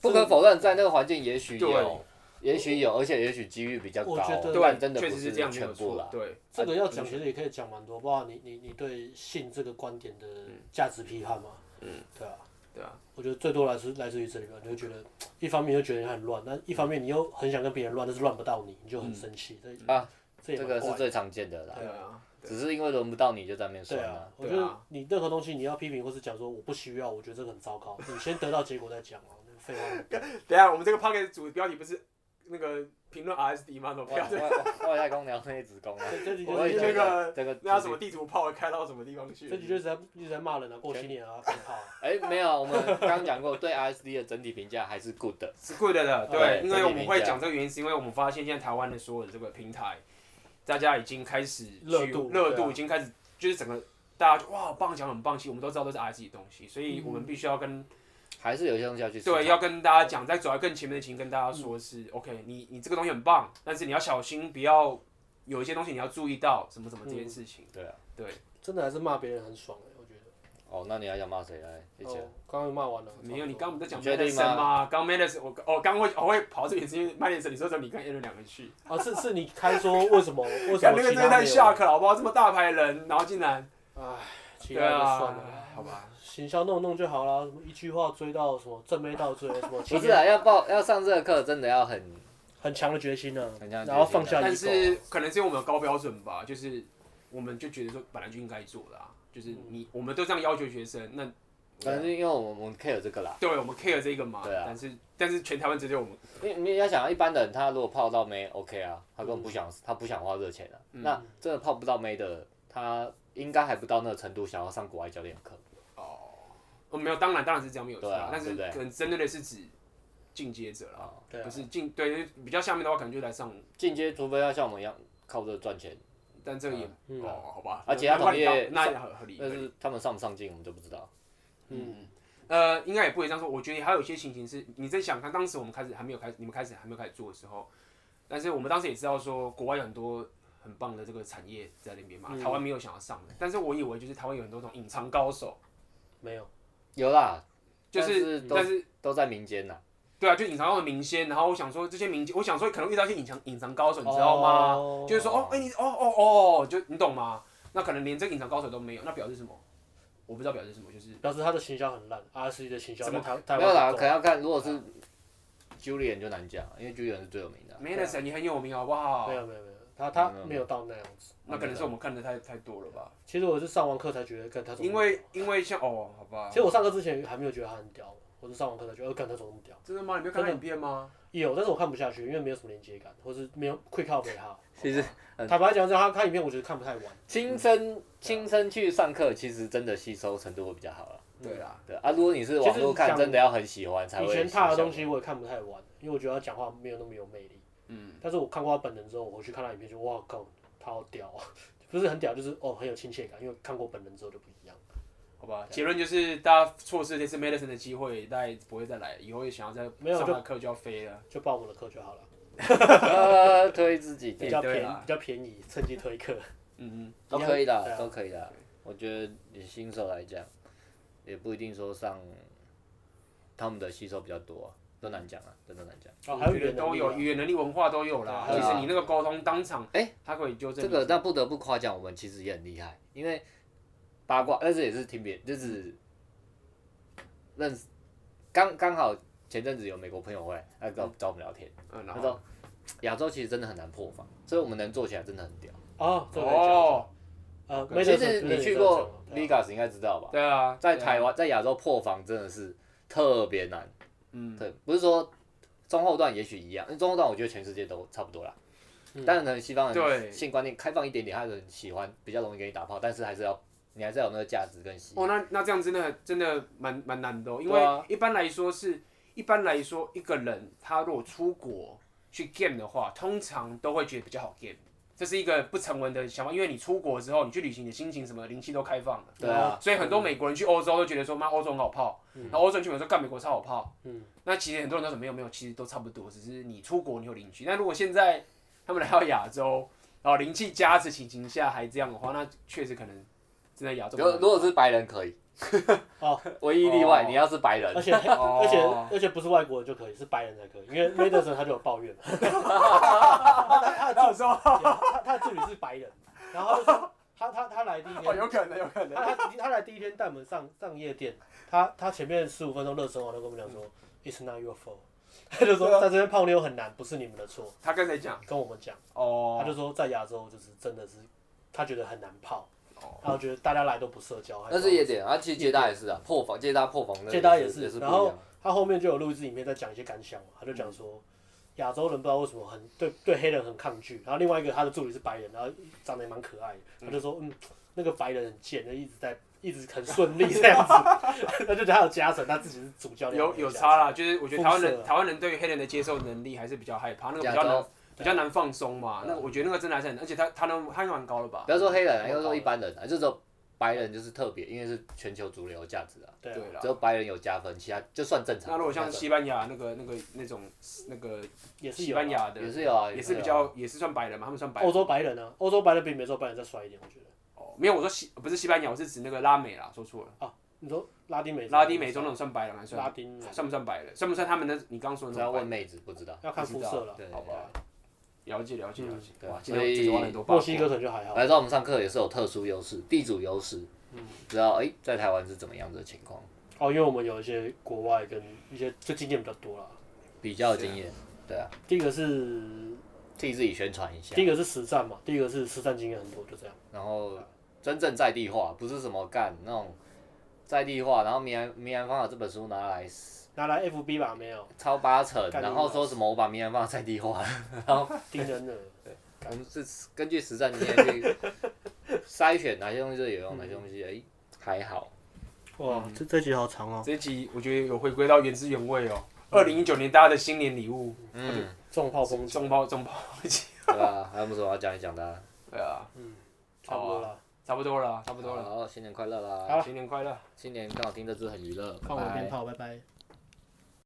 不可否认，在那个环境也许
对
有，也许有，而且也许几率比较
我
高啊
觉，得
但真的
啊确
不
实这样没有
全部
错
啦。。
对，
这个要讲，
嗯
其实也可以讲蛮多，不知道你你你对性这个观点的
嗯
价值批判嘛？嗯，对啊，
对啊，
我觉得最多来自来自于这里吧，你会觉得一方面又觉得你很乱，但一方面你又很想跟别人乱，但是乱不到你，你就很生气。这
嗯啊，
这也
这
蛮
个是
怪的
最常见的啦。
对啊，
只是因为轮不到你就在那边酸
对
了、
啊，我
对
觉得
啊 <laughs>
你任何东西你要批评或是讲说我不需要，我觉得这个很糟糕，你先得到结果再讲哦。废话，
等一下，我们这个 p o c k e t 主标题不是那个评论 RSD 吗？怎么不
外 <laughs>
要这
外外外太空聊那些子宫啊，
这这集
我
就
也
是
觉
这个
得这个
那要什么地图炮开到什么地方去？
这集就是在一直在骂人啊，过新年啊，鞭炮啊，
哎、没有，我们刚讲过，对 RSD 的整体评价还是 good 的。
是 good 的，
对
对，因为我们
这里
会
面
讲这个原因，是因为我们发现现在台湾的所有的这个平台，大家已经开始去
热度
热
对啊
度已经开始，就是整个大家就哇好棒讲很棒，其实我们都知道都是 R 自己的东西，所以我们必须要跟、
还是有些东西要去思考
对要跟大家讲，在走在更前面的情跟大家说是、OK，你你这个东西很棒，但是你要小心，不要有一些东西你要注意到什么什么这
嗯
件事情，
对啊，
对，
真的还是骂别人很爽哎，我觉得。
哦，那你还想骂谁来？一起来
哦，刚刚骂完了。
没有你刚刚不在讲
你确定
Madison 吗？刚 Madison 我哦刚会我会跑这边，是因为 Madison 你说说你跟 Aaron 两个人去。
啊，是是你开说为什么为什
干
么
那个
其
真的
他
太
没
下
有？啊
课了，好不好？这么大牌人，然后竟然，
唉，其
对
他就
啊
算了，，
好吧，
行销弄弄就好啦，什么一句话追到什么正妹到最后什么，
不是啊，要报要上这个课，真的要很
很强的决心啊，
很强的决心啊
然后放下
但
一个。
是可能是因为我们有高标准吧，就是我们就觉得说本来就应该做的啊，就是
嗯
你我们都这样要求学生，那
可能是因为我们我们 care 这个啦。
对我们 care 这一个嘛，
对啊
但是但是全台湾只有我们，
你你要想，一般的人他如果泡到妹，OK 啊，他根本不想、他不想花这钱啊。那真的泡不到妹的，他应该还不到那个程度，想要上国外教练课。
哦没有，当然当然是这样没有错
对啊
但
对
是
不对
可能针对的是指进阶者啦，
对啊
不，是进对因为比较下面的话，可能就来上，
进阶，除非要像我们一样靠这个赚钱，
但这个也
嗯
哦好吧，
而且他
那
同业
那也很合理，
但是他们上不上进，我们就不知道。
呃，应该也不能这样说。我觉得还有一些情形是，你在想看当时我们开始还没有开始，你们开始还没有开始做的时候，但是我们当时也知道说，国外有很多很棒的这个产业在那边嘛，
嗯
台湾没有想要上的。但是我以为就是台湾有很多这种隐藏高手，
没有，
有啦，
就
但是都
但是
都在民间呐。
对啊，就隐藏到的明星，然后我想说这些明星，我想说可能遇到一些隐藏隐藏高手，你知道吗？
哦
就是说哦，哎、你哦哦哦，就你懂吗？那可能连这个隐藏高手都没有，那表示什么？我不知道表示什么，就是
表示他的行销很烂，R C 的行销
怎么
在台台
没有啦，
湾不
可
够啊
能要看，如果是 Julian 就难讲，因为 Julian 是最有名的啊。
没人神，你很有名好不好
没？有没有没有，他他
没有
没有到那样子。
那可能是我们看的太太多了吧。
其实我是上完课才觉得，干他怎么
因为因为像哦，好吧
其，实我上课之前还没有觉得他很屌，我是上完课才觉得，呃干他怎么那么屌？
真的吗？你没有看到影片吗？
有，但是我看不下去，因为没有什么连接感，或是没有 quick out 给他。
其实
坦白讲，这他他影片我觉得看不太完。
亲
嗯啊
身亲身去上课，其实真的吸收程度会比较好了。
嗯
对啦，
对啊，如果你是网络
其
看，
实讲
真的要很喜欢才会
以
欣赏。
前他的东西我也看不太完，因为我觉得他讲话没有那么有魅力。
嗯，
但是我看过他本人之后，我回去看他影片就，哇靠，他好屌啊！ <laughs> 不是很屌，就是哦很有亲切感，因为看过本人之后就不一样。
好吧。结论就是，大家错失这次 medicine 的机会，大家不会再来，以后也想要再
没有
上
就
他课就要飞了。
就报我们的课就好了，
呃推
<laughs>
自己
比
的
较
哎对
便宜
啦，
比较便宜，趁机推课。
嗯
都可以
对
的，
啊
都可以的。我觉得以新手来讲，也不一定说上他们的吸收比较多啊，都难讲啊，真的难讲。
哦，
哼，
还有
我觉得
人
都有，语言能力、文化都有啦。
对
其
啊
实你那个沟通当场，
哎，
他可以纠正
这
你。
个但不得不夸奖我们，其实也很厉害，因为八卦，但是也是听别，就是认识，刚刚好前阵子有美国朋友回来，来找找我们聊天，
嗯，然
他
后
说亚洲其实真的很难破防，所以我们能做起来真的很屌。
哦，这个可以讲
哦，
呃，没
其
得
实
说
你去过
对
Vegas 应该知道吧？
对啊，
在
对啊
台，湾，在亚洲破防真的是特别难，
嗯，
对，不是说中后段也许一样，因为中后段我觉得全世界都差不多啦。
嗯
当然，可能西方
对
人性观念开放一点点，他很喜欢，比较容易给你打炮，但是还是要你还是要有那个价值跟吸引。
哦，那那这样真的真的蛮蛮难的、哦，因
对啊
为一般来说是，一般来说一个人他如果出国去 game 的话，通常都会觉得比较好 game，这是一个不成文的想法，因为你出国之后，你去旅行，你的心情什么灵气都开放了。
对啊，
所以很多美国人去欧洲都觉得说，妈，欧洲很好泡，
嗯
然后欧洲人去美国说，干美国超好泡。
嗯，
那其实很多人都说没有没有，其实都差不多，只是你出国你有灵气。那如果现在他们来到亚洲，然后灵气加持情形下还这样的话，那确实可能真的亚洲
如。如果是白人可以，
哦，
<laughs> 唯一例外
哦
你要是白人
而，且 <laughs>
哦
而且而且不是外国人就可以，是白人才可以，因为 Madison 他就有抱怨
<laughs>
嘛，
他有说，
他他的助理是白人，然后他就说他他他来第一
哦，
天，
有可能，有可能。
他他他来第一天带我们上上夜店，他他前面十五分钟热身完都跟我们讲说，It's not your fault，他就说
嗯对啊
在这边泡妞很难，不是你们的错，
他跟谁讲？
跟我们讲，
哦
他就说在亚洲就是真的是他觉得很难泡
哦，
然后觉得大家来都不社交，还
那是也点啊，其实接搭也是啊，破防接搭破防那个，
接搭也
是
是
也是不一
然
哦
后
样。
他后面就有录一支影片在讲一些感想嘛，他就
嗯
讲说亚洲人不知道为什么很对对黑人很抗拒，然后另外一个他的助理是白人，然后长得也蛮可爱的，他就说嗯那个白人很贱，就一直在一直很顺利这样
<laughs>
子，他就觉得他有加成，他自己是主教练，
有有差啦，就是我觉得台湾
肤色
<laughs>
人
啊
台湾人对于黑人的接受能力还是比较害怕，那个比
亚
较难
洲，
比较难放松嘛。那我觉得那个真的还是很，而且他他能他应该蛮高了吧
不？要说黑人啊，应该说一般人啊，就只有白人就是特别，因为是全球主流价值啊，
对啊
对啦
只有白人有加分，其他就算正常。
那如果像
应该
西班牙那个那个那种那个
也是
西
有
班
啊
牙的
算也是有啊，
也
是
是
有啊
比较也是算白人嘛，他们算白人
欧。洲白人啊，欧洲白人比美洲白人再帅一点，我觉得。
哦，没有，我说西不是西班牙，我是指那个拉美啦，说错了。
你说拉丁美洲
拉丁美洲那种算白人还是
拉
算
丁美
算不算白人？算不算他们那？你刚刚说的
只
那
要
种白
问
人？
妹子不知道，
要看肤色了，
对，
好吧了解了解了解。
嗯
对
哇，
啊
今天
所以
这集挖了很多八卦
墨西哥可能就还好。
来到我们上课也是有特殊优势，地主优势，知道哎、在台湾是怎么样的情况，
哦，因为我们有一些国外跟一些就经验比较多啦。
比较有经验，对啊，
第一个是
替自己宣传一下
第，一个是实战嘛，第一个是实战经验很多，就这样。
然后真正在地化，不是什么干那种在地化，然后《迷安迷安方法》这本书拿来
拿来 FB 吧，
<laughs>
没有
超八成，
干你
然后说什么我把《迷安方法》在地化了，然后
盯人的。
我们 <laughs> 是根据实战经验去筛选哪些东西是有用，哪些东西哎、还好，嗯
哇，这这集好长哦。
这一集我觉得有回归到原汁原味哦。
嗯
二零一九年大家的新年礼物，
嗯，
重炮风
重包重包， <laughs>
对吧、还有没有什么要讲一讲的啊？
对啊，
差不多啦。
差不多了，差不多了，
好，新年快乐啦！
好
新年快乐。
新年刚好听这支很娱乐，拜啊
放我鞭
拜。
炮，拜拜。